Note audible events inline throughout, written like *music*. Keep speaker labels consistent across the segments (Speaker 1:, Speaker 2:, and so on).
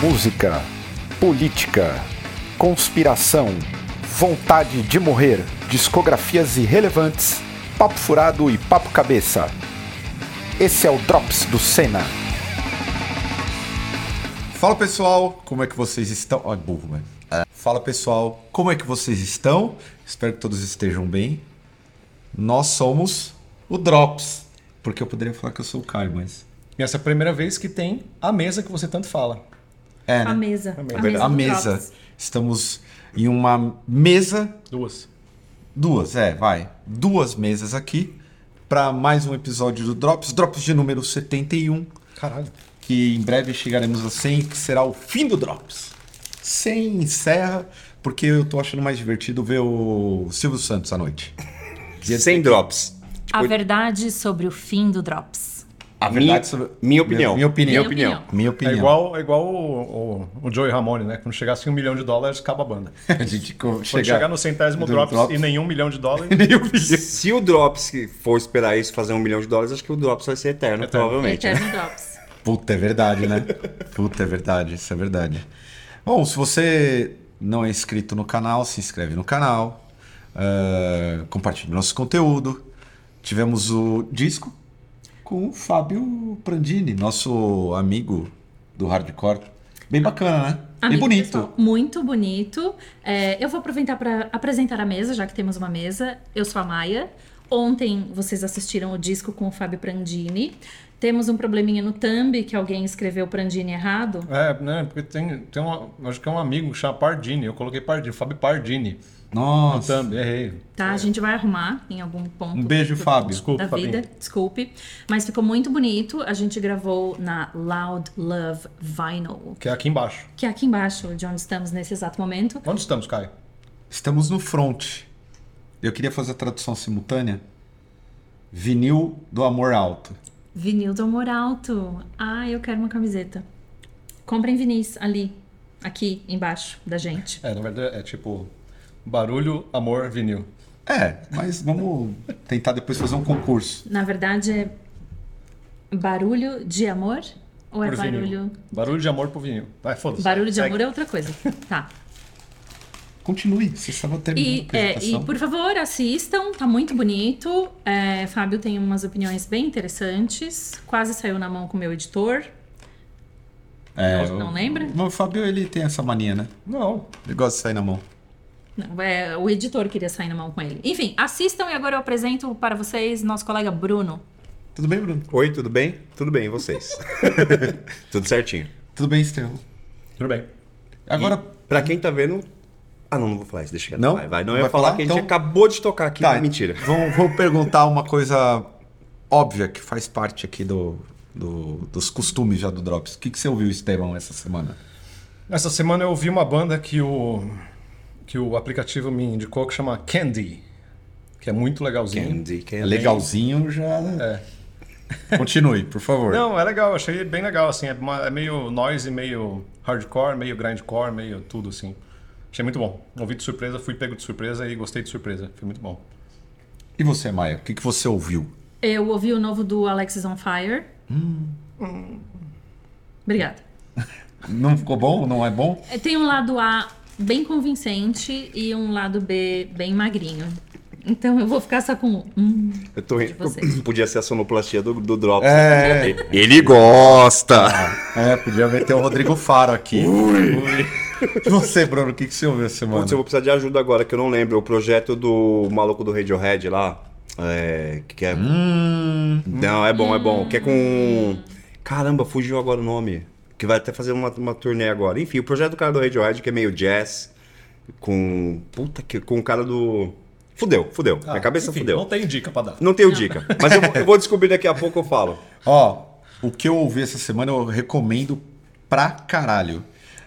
Speaker 1: música, política, conspiração, vontade de morrer, discografias irrelevantes, papo furado e papo cabeça. Esse é o Drops do Senna.
Speaker 2: Fala pessoal, como é que vocês estão? Ai, burro, velho. Fala pessoal, como é que vocês estão? Espero que todos estejam bem. Nós somos o Drops. Porque eu poderia falar que eu sou o Caio, mas.
Speaker 3: E essa é a primeira vez que tem a mesa que você tanto fala.
Speaker 2: É,
Speaker 4: A
Speaker 2: né?
Speaker 4: mesa.
Speaker 3: É
Speaker 2: É verdade. A
Speaker 4: do
Speaker 2: mesa.
Speaker 4: Drops.
Speaker 2: Estamos em uma mesa
Speaker 3: Duas.
Speaker 2: Duas, é, vai. Duas mesas aqui para mais um episódio do Drops, Drops de número 71,
Speaker 3: Caralho.
Speaker 2: que em breve chegaremos a 100, que será o fim do Drops. 100 encerra, porque eu tô achando mais divertido ver o Silvio Santos à noite.
Speaker 5: Sem drops.
Speaker 2: Tipo,
Speaker 4: A verdade sobre o fim do Drops.
Speaker 5: A
Speaker 2: verdade
Speaker 5: minha,
Speaker 2: sobre-
Speaker 5: minha opinião.
Speaker 2: Minha opinião.
Speaker 4: Minha opinião.
Speaker 2: Minha
Speaker 3: É
Speaker 2: opinião.
Speaker 3: igual, é igual o, o, o Joey Ramone, né? Quando chegasse em um milhão de dólares, acaba a banda. Quando
Speaker 2: a gente chegar,
Speaker 3: chegar no centésimo
Speaker 2: do
Speaker 3: drops,
Speaker 2: Drops.
Speaker 3: e nenhum milhão de dólares,
Speaker 5: Se o Drops for esperar isso fazer um milhão de dólares, acho que o Drops vai ser eterno,
Speaker 3: Eterno.
Speaker 5: provavelmente. né?
Speaker 2: né?
Speaker 4: Eterno Drops.
Speaker 2: Puta, é verdade, né? Puta, é verdade, isso é verdade. Bom, se você não é inscrito no canal, se inscreve no canal, ah, compartilhe nosso conteúdo. Tivemos o disco com o Fábio Prandini, nosso amigo do hardcore. Bem bacana, né? Bem
Speaker 4: Amigo,
Speaker 2: bonito.
Speaker 4: pessoal, muito bonito. É, eu vou aproveitar para apresentar a mesa, já que temos uma mesa. Eu sou a Maia. Ontem vocês assistiram o disco com o Fábio Prandini. Temos um probleminha no thumb que alguém escreveu Prandini errado.
Speaker 3: é, né? Porque tem, tem um, acho que é um amigo que chama Pardini. Eu coloquei Pardini, Fábio Pardini.
Speaker 2: Nossa.
Speaker 3: Também, errei.
Speaker 4: Tá? A gente vai arrumar em algum ponto.
Speaker 2: É. Um beijo,
Speaker 4: do-
Speaker 2: Fábio.
Speaker 3: Desculpa,
Speaker 4: da vida,
Speaker 3: Fabinho.
Speaker 4: desculpe. Mas ficou muito bonito. A gente gravou na Loud Love Vinyl,
Speaker 3: Que é aqui embaixo.
Speaker 4: que é aqui embaixo, de onde estamos nesse exato momento.
Speaker 3: Onde estamos, Caio?
Speaker 2: Estamos no front. Eu queria fazer a tradução simultânea. Vinil do Amor Alto.
Speaker 4: Vinil do Amor Alto. Ah, eu quero uma camiseta. Comprem vinis ali, aqui embaixo da gente.
Speaker 3: É, na verdade, é tipo barulho, amor, vinil.
Speaker 2: É, mas vamos tentar depois fazer um concurso.
Speaker 4: Na verdade, é barulho de amor ou é
Speaker 3: Por
Speaker 4: barulho.
Speaker 3: vinil. Barulho de amor pro vinil. Vai, foda-se.
Speaker 4: Barulho de
Speaker 3: Segue.
Speaker 4: amor é outra coisa. Tá.
Speaker 3: *laughs*
Speaker 2: Continue, você estava terminando a
Speaker 4: E, é, e,
Speaker 2: apresentação.
Speaker 4: por favor, assistam, tá muito bonito. É, Fábio tem umas opiniões bem interessantes. Quase saiu na mão com o meu editor.
Speaker 2: É,
Speaker 4: não
Speaker 2: o-
Speaker 4: lembra?
Speaker 2: Mas o Fábio, ele tem essa mania, né?
Speaker 3: Não.
Speaker 2: Ele gosta de sair na mão.
Speaker 4: Não, é, o editor queria sair na mão com ele. Enfim, assistam e agora eu apresento para vocês nosso colega Bruno.
Speaker 2: Tudo bem, Bruno?
Speaker 5: Oi, tudo bem? Tudo bem,
Speaker 2: *laughs*
Speaker 5: e vocês? tudo certinho.
Speaker 2: Tudo bem, Estevão.
Speaker 3: Tudo bem.
Speaker 2: Agora,
Speaker 5: Pra quem tá vendo. Ah, não, não vou falar isso, deixa quieto.
Speaker 2: Não?
Speaker 5: Vai, vai. Não,
Speaker 2: Não
Speaker 5: eu
Speaker 2: vai
Speaker 5: ia falar,
Speaker 2: falar?
Speaker 5: que a gente
Speaker 2: Então-
Speaker 5: acabou de tocar aqui.
Speaker 2: tá,
Speaker 5: é Mentira.
Speaker 2: Vamos, vou perguntar uma coisa óbvia que faz parte aqui do, do- dos costumes já do Drops. O que, que você ouviu, Estevão, essa semana?
Speaker 3: Essa semana eu ouvi uma banda que o, que o aplicativo me indicou que chama Candy, que é muito legalzinho.
Speaker 5: Candy, Candy.
Speaker 2: É legalzinho já...
Speaker 5: É.
Speaker 2: Continue, por favor.
Speaker 3: Não, é legal, achei bem legal, assim, é, uma- é meio noise, meio hardcore, meio grindcore, meio tudo, assim. Achei muito bom. Ouvi de surpresa, fui pego de surpresa e gostei de surpresa. Foi muito bom.
Speaker 2: E você, Maia? O que, que você ouviu?
Speaker 4: Eu ouvi o novo do Alexis on Fire. Obrigada.
Speaker 2: Não ficou bom? Não é bom?
Speaker 4: É, Tem um lado A bem convincente e um lado B bem magrinho. Então eu vou ficar só com um. Hum.
Speaker 5: Eu tô rindo.
Speaker 4: vocês.
Speaker 5: *clears throat* Podia ser a sonoplastia do, do Drops.
Speaker 2: É.
Speaker 5: Ele gosta!
Speaker 2: É, podia meter o Rodrigo Faro aqui. Ui. Você, Bruno, o que, que você ouviu essa semana?
Speaker 5: Putz, eu vou precisar de ajuda agora, que eu não lembro. O projeto do maluco do Radiohead lá. É, que é.
Speaker 2: Hum,
Speaker 5: Não, é bom, é bom. Que é com. Caramba, fugiu agora o nome. Que vai até fazer uma, uma turnê agora. Enfim, o projeto do cara do Radiohead, que é meio jazz, com. Puta que. Com o cara do. Fudeu, fudeu.
Speaker 3: Ah,
Speaker 5: Minha cabeça
Speaker 3: enfim,
Speaker 5: fudeu.
Speaker 3: Não tem dica pra dar.
Speaker 5: Não tenho dica. Mas eu, vou- eu vou descobrir daqui a pouco, eu falo.
Speaker 2: Ó, o que eu ouvi essa semana eu recomendo pra caralho.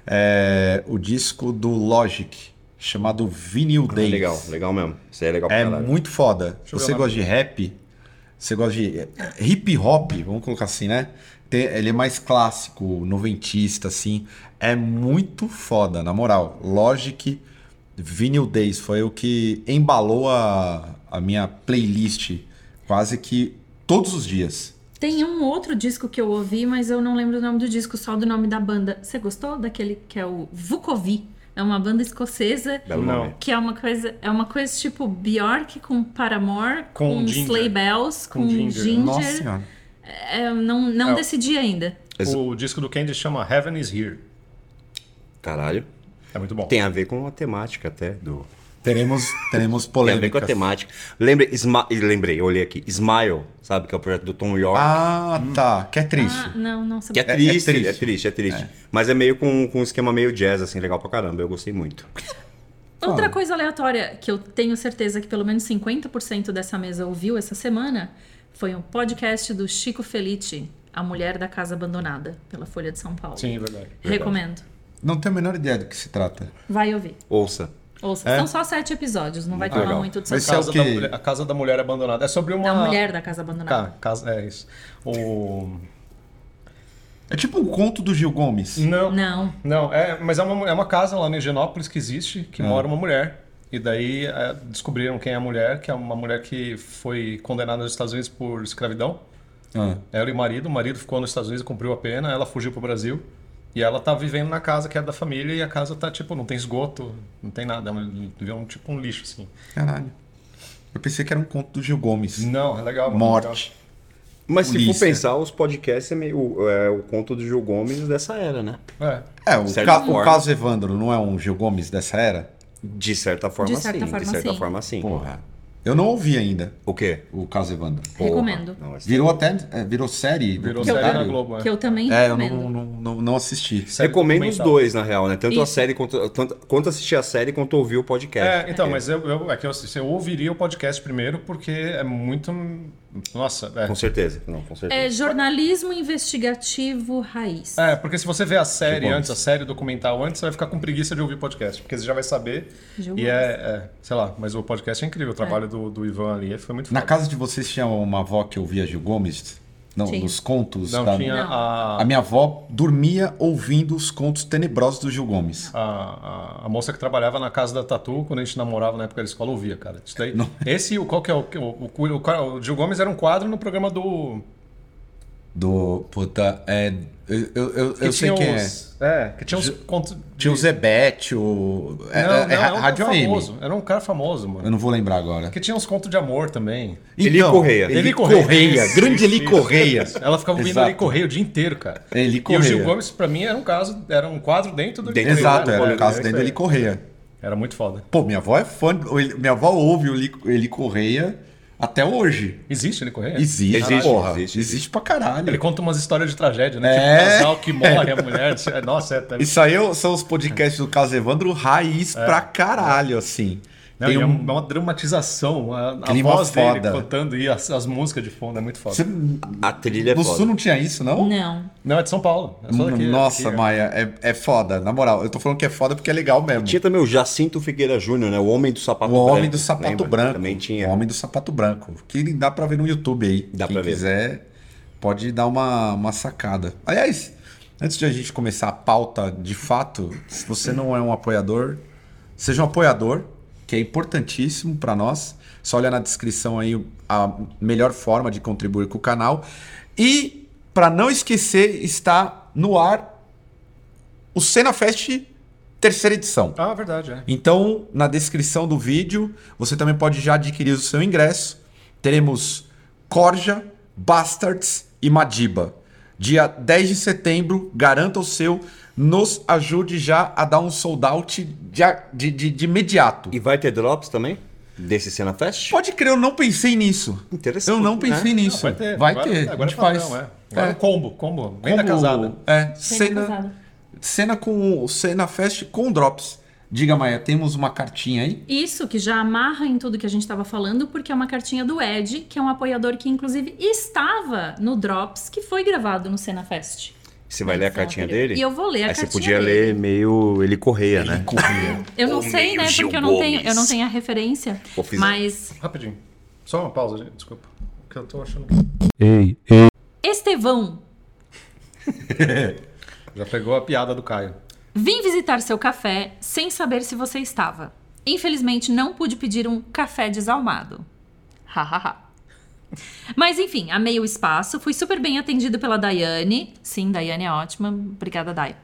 Speaker 2: É, o disco do Logic, chamado Vinyl
Speaker 5: Ah,
Speaker 2: Days.
Speaker 5: legal, legal mesmo. Isso aí é legal pra
Speaker 2: É
Speaker 5: caralho.
Speaker 2: muito foda.
Speaker 3: eu
Speaker 2: você
Speaker 3: ver o
Speaker 2: gosta de rap, você gosta de é, hip hop, vamos colocar assim, né? Tem- Ele é mais clássico, noventista, assim. É muito foda, na moral. Logic Vinyl Days foi o que embalou a, a minha playlist quase que todos os dias.
Speaker 4: Tem um outro disco que eu ouvi, mas eu não lembro o nome do disco, só do nome da banda. Você gostou daquele que é o Vukovi? É uma banda escocesa
Speaker 5: Belo
Speaker 3: Não.
Speaker 5: nome.
Speaker 4: que é uma coisa, é uma coisa tipo Bjork com Paramore,
Speaker 3: Com
Speaker 4: com,
Speaker 3: Ginger.
Speaker 4: Sleigh Bells,
Speaker 3: Com
Speaker 4: com,
Speaker 3: Ginger.
Speaker 4: Ginger.
Speaker 2: Nossa senhora.
Speaker 4: É, eu não não
Speaker 3: É.
Speaker 4: decidi ainda.
Speaker 5: Exa-
Speaker 3: O disco do Candy chama Heaven is Here.
Speaker 5: Caralho.
Speaker 3: É muito bom.
Speaker 5: Tem a ver com a temática até do.
Speaker 2: Teremos, teremos
Speaker 5: Tem a ver com a
Speaker 2: polêmicas.
Speaker 5: temática. Lembra, Isma... lembrei, eu olhei aqui. Smile, sabe? Que é o projeto do Tom York.
Speaker 2: Ah,
Speaker 3: Hum.
Speaker 2: tá. Que é triste.
Speaker 4: Ah, não, não
Speaker 5: que
Speaker 4: sabia.
Speaker 5: é triste, é,
Speaker 2: triste.
Speaker 5: triste, é triste. Mas é meio com, com um esquema meio jazz, assim, legal pra caramba. Eu gostei muito.
Speaker 4: Outra coisa aleatória que eu tenho certeza que pelo menos 50% dessa mesa ouviu essa semana foi um podcast do Chico Felice, A Mulher da Casa Abandonada, pela Folha de São Paulo.
Speaker 3: Sim, é verdade.
Speaker 4: Recomendo.
Speaker 2: Não tenho a menor ideia do que se trata.
Speaker 4: Vai ouvir.
Speaker 5: Ouça.
Speaker 4: Ouça. São só sete episódios, não vai
Speaker 5: Legal.
Speaker 4: tomar muito de seu
Speaker 2: Mas
Speaker 4: tempo.
Speaker 2: é o
Speaker 3: Casa
Speaker 2: quê?
Speaker 3: da mulher, a Casa da Mulher Abandonada. É sobre uma.
Speaker 4: Da mulher da casa abandonada.
Speaker 3: Ca- casa, é isso. O.
Speaker 2: É tipo um conto do Gil Gomes.
Speaker 3: Não.
Speaker 4: Não.
Speaker 3: Não, é, mas é uma, é uma casa lá em Higienópolis que existe,
Speaker 5: Ah.
Speaker 3: que mora uma mulher. E daí é, descobriram quem é a mulher, que é uma mulher que foi condenada nos Estados Unidos por escravidão.
Speaker 2: Ah.
Speaker 3: Ela e o marido, o marido ficou nos Estados Unidos e cumpriu a pena, ela fugiu pro Brasil. E ela tá vivendo na casa que é da família e a casa tá tipo, não tem esgoto, não tem nada, é um, é um- tipo um lixo assim.
Speaker 2: Caralho. Eu pensei que era um conto do Gil Gomes.
Speaker 3: Não, é legal. mano,
Speaker 2: Morte.
Speaker 5: Mas se for
Speaker 2: Polícia.
Speaker 5: pensar, os podcasts é meio é, o conto do Gil Gomes dessa era, né?
Speaker 3: legal. É.
Speaker 2: É, o,
Speaker 5: Certa
Speaker 2: ca- o
Speaker 5: forma.
Speaker 2: caso Evandro não é um Gil Gomes dessa era?
Speaker 5: De certa forma,
Speaker 4: De certa
Speaker 5: sim.
Speaker 4: forma,
Speaker 5: de certa
Speaker 4: sim.
Speaker 5: forma, sim.
Speaker 2: Porra. Eu não ouvi ainda
Speaker 5: O quê?
Speaker 2: o caso Evandro.
Speaker 5: Porra.
Speaker 4: Recomendo.
Speaker 5: Não, mas-
Speaker 2: Virou até. é, virou série?
Speaker 3: Virou
Speaker 2: documentário?
Speaker 3: série na Globo.
Speaker 4: Que eu também
Speaker 2: É, eu
Speaker 4: recomendo.
Speaker 2: não, não, não, não assisti.
Speaker 3: Série
Speaker 5: Recomendo os
Speaker 3: documental.
Speaker 5: dois, na real, né? Tanto a
Speaker 4: Isso.
Speaker 5: série quanto, tanto- quanto assistir a série quanto ouvir o podcast.
Speaker 3: É, então, mas eu, eu, é que eu, assisti- eu ouviria o podcast primeiro porque é muito. Nossa, é.
Speaker 5: Com certeza. Não, com certeza.
Speaker 4: É jornalismo investigativo raiz.
Speaker 5: Ah,
Speaker 3: É, porque se você vê a série
Speaker 2: Gomes.
Speaker 3: antes, a série documental antes, você vai ficar com preguiça de ouvir o podcast, porque você já vai saber.
Speaker 4: Gil
Speaker 3: E é, é, sei lá, mas o podcast é incrível. O trabalho do, do Ivan ali foi muito
Speaker 2: Na
Speaker 3: foda.
Speaker 2: casa de vocês tinha uma avó que ouvia Gil Gomes? Não,
Speaker 4: Sim.
Speaker 2: nos contos?
Speaker 3: Não
Speaker 2: da-
Speaker 3: tinha
Speaker 4: Não.
Speaker 3: A,
Speaker 2: A minha avó dormia ouvindo os contos tenebrosos do Gil Gomes.
Speaker 3: a, a, a moça que trabalhava na casa da Tatu, quando a gente namorava na época da escola, ouvia, cara. Isso daí. Esse, o, qual que é o, o, o, o, cara- o Gil Gomes era um quadro no programa do.
Speaker 2: Do. Puta, é. Eu, eu, eu, eu sei
Speaker 3: tinha
Speaker 2: quem é.
Speaker 3: os, é. que tinha uns contos.
Speaker 2: Tinha o Zebete, o. É,
Speaker 3: Não,
Speaker 2: é,
Speaker 3: não,
Speaker 2: é
Speaker 3: era um
Speaker 2: Rádio
Speaker 3: cara
Speaker 2: AM.
Speaker 3: famoso. Era um cara famoso, mano.
Speaker 2: Eu não vou lembrar agora. Então,
Speaker 3: Que tinha uns contos de amor também.
Speaker 5: Eli Correia.
Speaker 2: Eli,
Speaker 3: Eli Correia.
Speaker 2: Correia.
Speaker 3: Isso,
Speaker 2: *laughs* grande Eli
Speaker 3: isso.
Speaker 2: Correia.
Speaker 3: Ela ficava ouvindo
Speaker 2: Exato.
Speaker 3: ele correr o dia inteiro, cara.
Speaker 2: Eli
Speaker 3: E o
Speaker 2: Correia.
Speaker 3: Gil Gomes, pra mim, era um caso, era um quadro dentro do Eli
Speaker 5: Dentro do
Speaker 2: Exato,
Speaker 5: Correia,
Speaker 2: era
Speaker 5: Correia,
Speaker 2: o caso
Speaker 3: é
Speaker 2: dele
Speaker 3: isso
Speaker 2: Eli
Speaker 3: aí.
Speaker 2: Correia.
Speaker 3: Era muito foda.
Speaker 2: Pô, minha avó é fã. o Eli- Minha avó ouve o Eli, Eli Correia até hoje.
Speaker 3: É. Existe Eli Correia?
Speaker 2: Existe,
Speaker 5: Existe,
Speaker 2: porra.
Speaker 5: existe,
Speaker 2: Existe,
Speaker 5: existe.
Speaker 2: pra caralho.
Speaker 3: Ele conta umas histórias de tragédia, né?
Speaker 2: É.
Speaker 3: Tipo, o casal que morre, a
Speaker 2: *laughs*
Speaker 3: mulher. é, Nossa, é até...
Speaker 2: Isso aí eu- são os podcasts do Caso Evandro raiz pra caralho, assim.
Speaker 3: É. Não,
Speaker 2: Tem
Speaker 3: e é
Speaker 2: um-
Speaker 3: uma- é uma dramatização. A, a
Speaker 2: Clima
Speaker 3: voz dele
Speaker 2: foda.
Speaker 3: cantando e as, as músicas de fundo é muito foda.
Speaker 2: Você-
Speaker 5: A trilha é
Speaker 2: no
Speaker 5: foda.
Speaker 2: Sul não tinha isso, não?
Speaker 4: Não.
Speaker 3: Não, é de São Paulo. É só daqui, é
Speaker 2: Nossa,
Speaker 3: daqui.
Speaker 2: Maia, é, é foda. Na moral, eu tô falando que é foda porque é legal mesmo.
Speaker 5: Tinha também o Jacinto Figueira Júnior, né? O Homem do Sapato
Speaker 2: O
Speaker 5: Branco.
Speaker 2: Homem do Sapato
Speaker 5: lembra?
Speaker 2: Branco.
Speaker 5: Também tinha.
Speaker 2: O Homem do Sapato Branco. Que dá pra ver no YouTube aí.
Speaker 5: Dá
Speaker 2: Quem
Speaker 5: pra ver.
Speaker 2: quiser, pode dar uma, uma sacada. Aliás, antes de a gente começar a pauta de fato, se você não é um apoiador, seja um apoiador, que é importantíssimo pra nós. Só olha na descrição aí a melhor forma de contribuir com o canal. E, pra não esquecer, está no ar o Cena Fest terceira edição.
Speaker 3: Ah, verdade, é.
Speaker 2: Então, na descrição do vídeo, você também pode já adquirir o seu ingresso. Teremos Corja, Bastards e Madiba. Dia 10 de setembro, garanta o seu. Nos ajude já a dar um sold out de, a- de, de- de imediato.
Speaker 5: E vai ter drops também? Desse Cena Fest?
Speaker 2: Pode crer, eu não pensei nisso.
Speaker 5: Interessante.
Speaker 2: Eu não
Speaker 5: né?
Speaker 2: pensei nisso. vai ter, vai
Speaker 3: Agora-
Speaker 2: ter.
Speaker 3: Agora
Speaker 2: a gente
Speaker 3: é padrão,
Speaker 2: faz.
Speaker 3: é. Agora é
Speaker 2: É.
Speaker 3: combo, combo. Vem da
Speaker 2: Como-
Speaker 3: casada.
Speaker 2: É,
Speaker 4: Sempre
Speaker 2: cena,
Speaker 4: casada.
Speaker 2: cena com cena fest com drops. Diga, Maia, temos uma cartinha aí?
Speaker 4: Isso que já amarra em tudo que a gente estava falando, porque é uma cartinha do Ed, que é um apoiador que inclusive estava no Drops, que foi gravado no Cenafest.
Speaker 5: Você vai ler a cartinha dele?
Speaker 4: E eu vou ler a
Speaker 5: Aí você
Speaker 4: cartinha
Speaker 5: podia
Speaker 4: dele.
Speaker 5: ler meio Ele Correia, né? *laughs*
Speaker 4: Eu não
Speaker 5: Ou
Speaker 4: sei,
Speaker 5: meio
Speaker 4: né?
Speaker 5: Gil
Speaker 4: Porque eu não, tenho,
Speaker 5: Gomes.
Speaker 4: eu não tenho a referência.
Speaker 5: Pô, fiz-
Speaker 4: Mas
Speaker 3: Rapidinho. Só uma pausa, gente. Desculpa. Que eu tô achando.
Speaker 4: Estevão,
Speaker 3: Já pegou a piada do Caio.
Speaker 4: vim visitar seu café sem saber se você estava. Infelizmente não pude pedir um café desalmado. Hahaha. Mas enfim, amei o espaço, fui super bem atendido pela Daiane. Sim, Daiane é ótima, obrigada, Dai.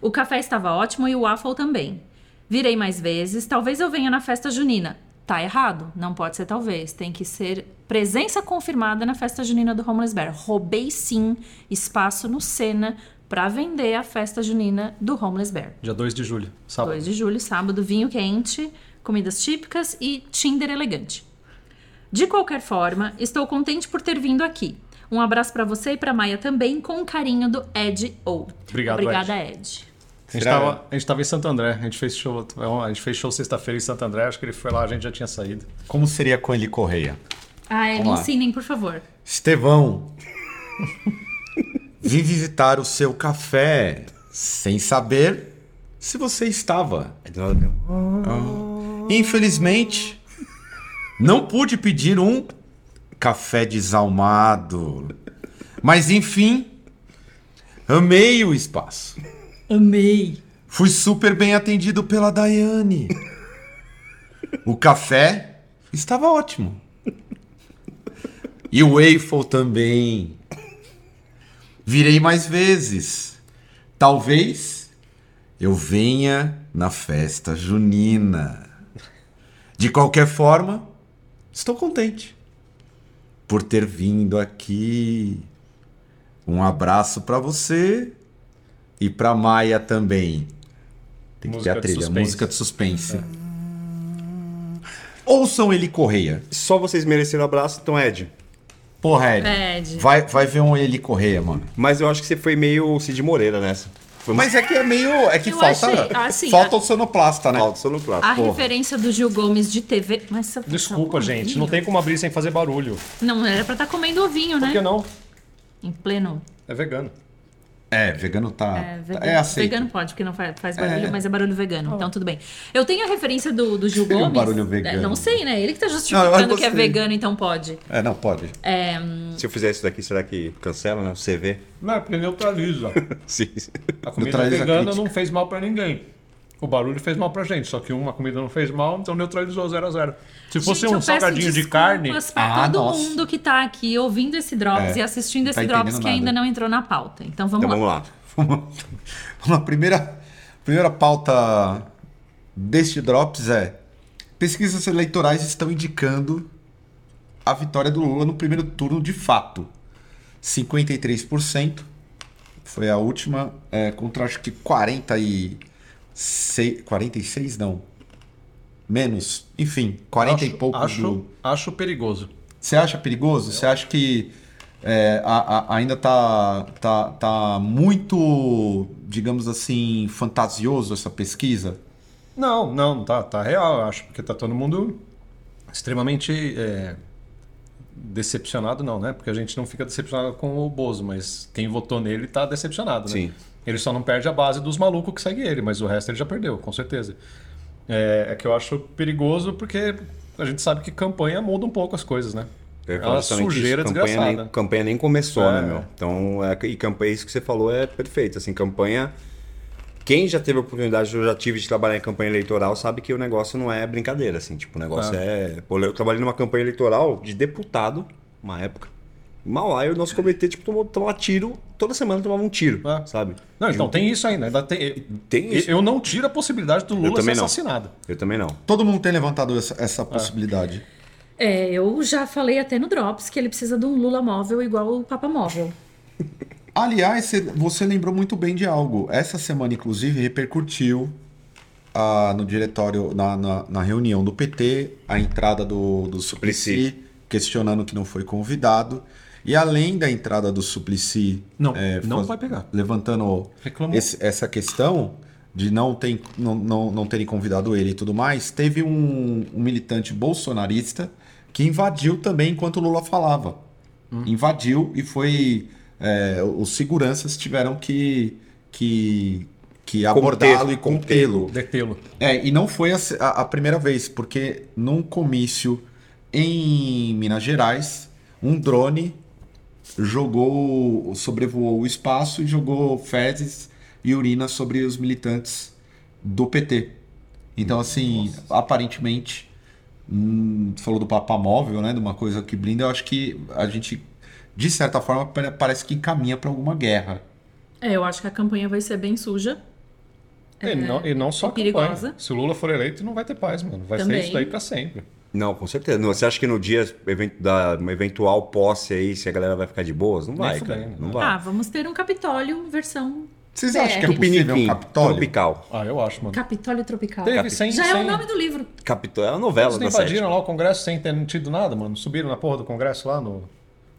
Speaker 4: O café estava ótimo e o waffle também. Virei mais vezes, talvez eu venha na festa junina. Tá errado, não pode ser talvez, tem que ser presença confirmada na festa junina do Homeless Bear. Roubei sim espaço no Senna para vender a festa junina do Homeless Bear.
Speaker 3: Dia 2 de julho, sábado.
Speaker 4: 2 de julho, sábado, vinho quente, comidas típicas e Tinder elegante. De qualquer forma, estou contente por ter vindo aqui. Um abraço pra você e pra Maia também, com carinho do Ed O.
Speaker 3: Obrigado,
Speaker 4: Obrigada,
Speaker 3: A
Speaker 4: Ed.
Speaker 3: gente,
Speaker 5: Será?
Speaker 3: tava, a gente tava em Santo André, a gente fez show, é, a gente fez show sexta-feira em Santo André, acho que ele foi lá, a gente já tinha saído.
Speaker 2: Como seria com ele Correia?
Speaker 4: Ai, Ah, me
Speaker 2: Vamos lá.
Speaker 4: ensinem, por favor.
Speaker 2: Estevão, vim visitar o seu café sem saber se você estava.
Speaker 5: Aí do nada, meu,
Speaker 2: Infelizmente, não pude pedir um café desalmado. Mas enfim, amei o espaço.
Speaker 4: Amei.
Speaker 2: Fui super bem atendido pela Daiane. O café estava ótimo. E o waffle também. Virei mais vezes. Talvez eu venha na festa junina. De qualquer forma, estou contente por ter vindo aqui. Um abraço para você e para Maia também. Tem que
Speaker 3: Música
Speaker 2: ter a
Speaker 3: de
Speaker 2: trilha,
Speaker 3: suspense.
Speaker 2: música de suspense. Ouçam ele Correia.
Speaker 5: Só vocês mereceram abraço, então, Ed.
Speaker 2: Porra, Ed.
Speaker 4: Ed.
Speaker 2: Vai, vai ver um ele Correia, mano.
Speaker 5: Mas eu acho que você foi meio Cid Moreira nessa. Foi
Speaker 2: Mas é que é meio. É que
Speaker 4: Eu
Speaker 2: falta.
Speaker 4: achei- ah, sim,
Speaker 2: falta
Speaker 4: a-
Speaker 2: o sonoplasta, né?
Speaker 5: alto, só no prato.
Speaker 4: A
Speaker 5: Porra.
Speaker 4: referência do Gil Gomes de TV. Mas você tá
Speaker 3: Desculpa,
Speaker 4: comendo
Speaker 3: gente,
Speaker 4: ovinho?
Speaker 3: não tem como abrir sem fazer barulho.
Speaker 4: Não era pra estar comendo ovinho,
Speaker 3: Por que
Speaker 4: né?
Speaker 3: não?
Speaker 4: Em pleno.
Speaker 3: É vegano.
Speaker 2: É, vegano tá.
Speaker 4: É, vegano,
Speaker 2: É assim.
Speaker 4: vegano pode, porque não fa- faz barulho, mas é barulho vegano, então tudo bem. Eu tenho a referência do, do Gil
Speaker 2: Seria um
Speaker 4: Gomes.
Speaker 2: barulho vegano.
Speaker 4: É, Não sei, né? Ele que tá
Speaker 2: Não, eu
Speaker 4: justificando
Speaker 2: não
Speaker 4: que é
Speaker 2: gostei.
Speaker 4: vegano, então pode.
Speaker 2: É, não, pode.
Speaker 5: Se eu fizer isso daqui, será que cancela, né? O CV?
Speaker 3: Não, é porque neutraliza.
Speaker 5: *laughs* Sim.
Speaker 3: A comida
Speaker 2: Neutraliza a
Speaker 3: vegana
Speaker 2: crítica.
Speaker 3: não fez mal pra ninguém. O barulho fez mal pra gente, só que uma comida não fez mal, então neutralizou 0 a 0 Se fosse
Speaker 4: Gente, eu
Speaker 3: um
Speaker 4: peço
Speaker 3: salgadinho de
Speaker 4: desculpas
Speaker 3: carne,
Speaker 4: Pra
Speaker 2: Ah,
Speaker 4: todo
Speaker 2: nossa.
Speaker 4: mundo que tá aqui ouvindo esse
Speaker 2: É,
Speaker 4: Drops e assistindo
Speaker 2: não tá
Speaker 4: esse Drops
Speaker 2: entendendo
Speaker 4: que
Speaker 2: nada.
Speaker 4: ainda não entrou na pauta. Então vamos
Speaker 5: Então
Speaker 4: lá.
Speaker 5: vamos lá.
Speaker 2: Vamos lá. Primeira, primeira pauta deste Drops é: pesquisas eleitorais estão indicando a vitória do Lula no primeiro turno de fato. 53% foi a última, é, contra acho que 46. 46 não. Menos. Enfim, 40 e
Speaker 3: acho-
Speaker 2: poucos
Speaker 3: acho,
Speaker 2: do-
Speaker 3: acho perigoso.
Speaker 2: você acha perigoso? Você acha que é, a- a- ainda tá, tá, tá muito, digamos assim, fantasioso essa pesquisa?
Speaker 3: Não, não, tá, tá real, eu acho, porque tá todo mundo extremamente é, decepcionado, não, né? Porque a gente não fica decepcionado com o Bozo, mas quem votou nele tá decepcionado, né?
Speaker 5: Sim.
Speaker 3: Ele só não perde a base dos malucos que seguem ele, mas o resto ele já perdeu, com certeza. É, é que eu acho perigoso porque a gente sabe que campanha muda um pouco as coisas, né?
Speaker 5: Eu ia
Speaker 3: É
Speaker 5: falar
Speaker 3: uma
Speaker 5: justamente isso,
Speaker 3: sujeira
Speaker 5: campanha
Speaker 3: desgraçada.
Speaker 5: nem, campanha nem começou,
Speaker 3: É.
Speaker 5: né, meu? Então, é, e campanha, isso que você falou é perfeito. Assim, campanha. Quem já teve a oportunidade, eu já tive de trabalhar em campanha eleitoral, sabe que o negócio não é brincadeira, assim. Tipo, o negócio é. Pô, eu trabalhei numa campanha eleitoral de deputado, uma época. Mal lá, e o nosso comitê, tipo, tomou, tomava tiro, toda semana tomava um tiro,
Speaker 3: É.
Speaker 5: sabe?
Speaker 3: Não, então tem isso ainda. ainda tem,
Speaker 5: Tem isso.
Speaker 3: Eu não tiro a possibilidade do Lula ser
Speaker 5: também não.
Speaker 3: assassinado.
Speaker 5: Eu também não.
Speaker 2: Todo mundo tem levantado essa, essa possibilidade.
Speaker 4: É, eu já falei até no Drops que ele precisa de um Lula móvel igual o Papa móvel.
Speaker 2: Aliás, você- você lembrou muito bem de algo. Essa semana, inclusive, repercutiu ah, no diretório, na, na- na reunião do PT, a entrada do, do Suplicy, questionando que não foi convidado. E além da entrada do Suplicy.
Speaker 3: Não,
Speaker 5: É,
Speaker 2: eh,
Speaker 3: não
Speaker 2: faz-
Speaker 3: vai pegar.
Speaker 2: Levantando
Speaker 3: Reclamou.
Speaker 2: esse- essa questão de não, ter, não, não, não terem convidado ele e tudo mais, teve um, um militante bolsonarista que invadiu também enquanto o Lula falava. Invadiu e foi. é, os seguranças tiveram que, que, que abordá-lo e contê-lo.
Speaker 3: Detê-lo.
Speaker 2: É, e não foi a, se- a- a primeira vez, porque num comício em Minas Gerais, um drone jogou, sobrevoou o espaço e jogou fezes e urina sobre os militantes do PT. Então, assim, aparentemente Hum, tu falou do Papa Móvel, né? De uma coisa que blinda. Eu acho que a gente, de certa forma, pare- parece que caminha para alguma guerra.
Speaker 4: É, eu acho que a campanha vai ser bem suja.
Speaker 3: E, não, e não só
Speaker 4: É perigosa.
Speaker 3: campanha. Se o Lula for eleito, não vai ter paz, mano. Vai
Speaker 4: Também.
Speaker 3: ser isso daí pra sempre.
Speaker 5: Não, com certeza. Não, você acha que no dia event- da uma eventual posse aí, se a galera vai ficar de boas? Não
Speaker 3: Nem
Speaker 5: vai, cara.
Speaker 3: fudendo,
Speaker 5: Não
Speaker 3: né?
Speaker 5: vai.
Speaker 4: Ah, vamos ter um Capitólio versão
Speaker 2: Vocês
Speaker 4: É.
Speaker 2: acham que é possível um Capitólio?
Speaker 5: Tropical.
Speaker 3: Ah, eu acho, mano.
Speaker 4: Capitólio Tropical.
Speaker 3: Teve sem.
Speaker 4: Já é
Speaker 3: sem...
Speaker 4: o nome do livro.
Speaker 5: Capitão é uma novela
Speaker 3: Eles não
Speaker 5: da série.
Speaker 3: invadiram lá o Congresso sem ter tido nada, mano. Subiram na porra do Congresso lá no.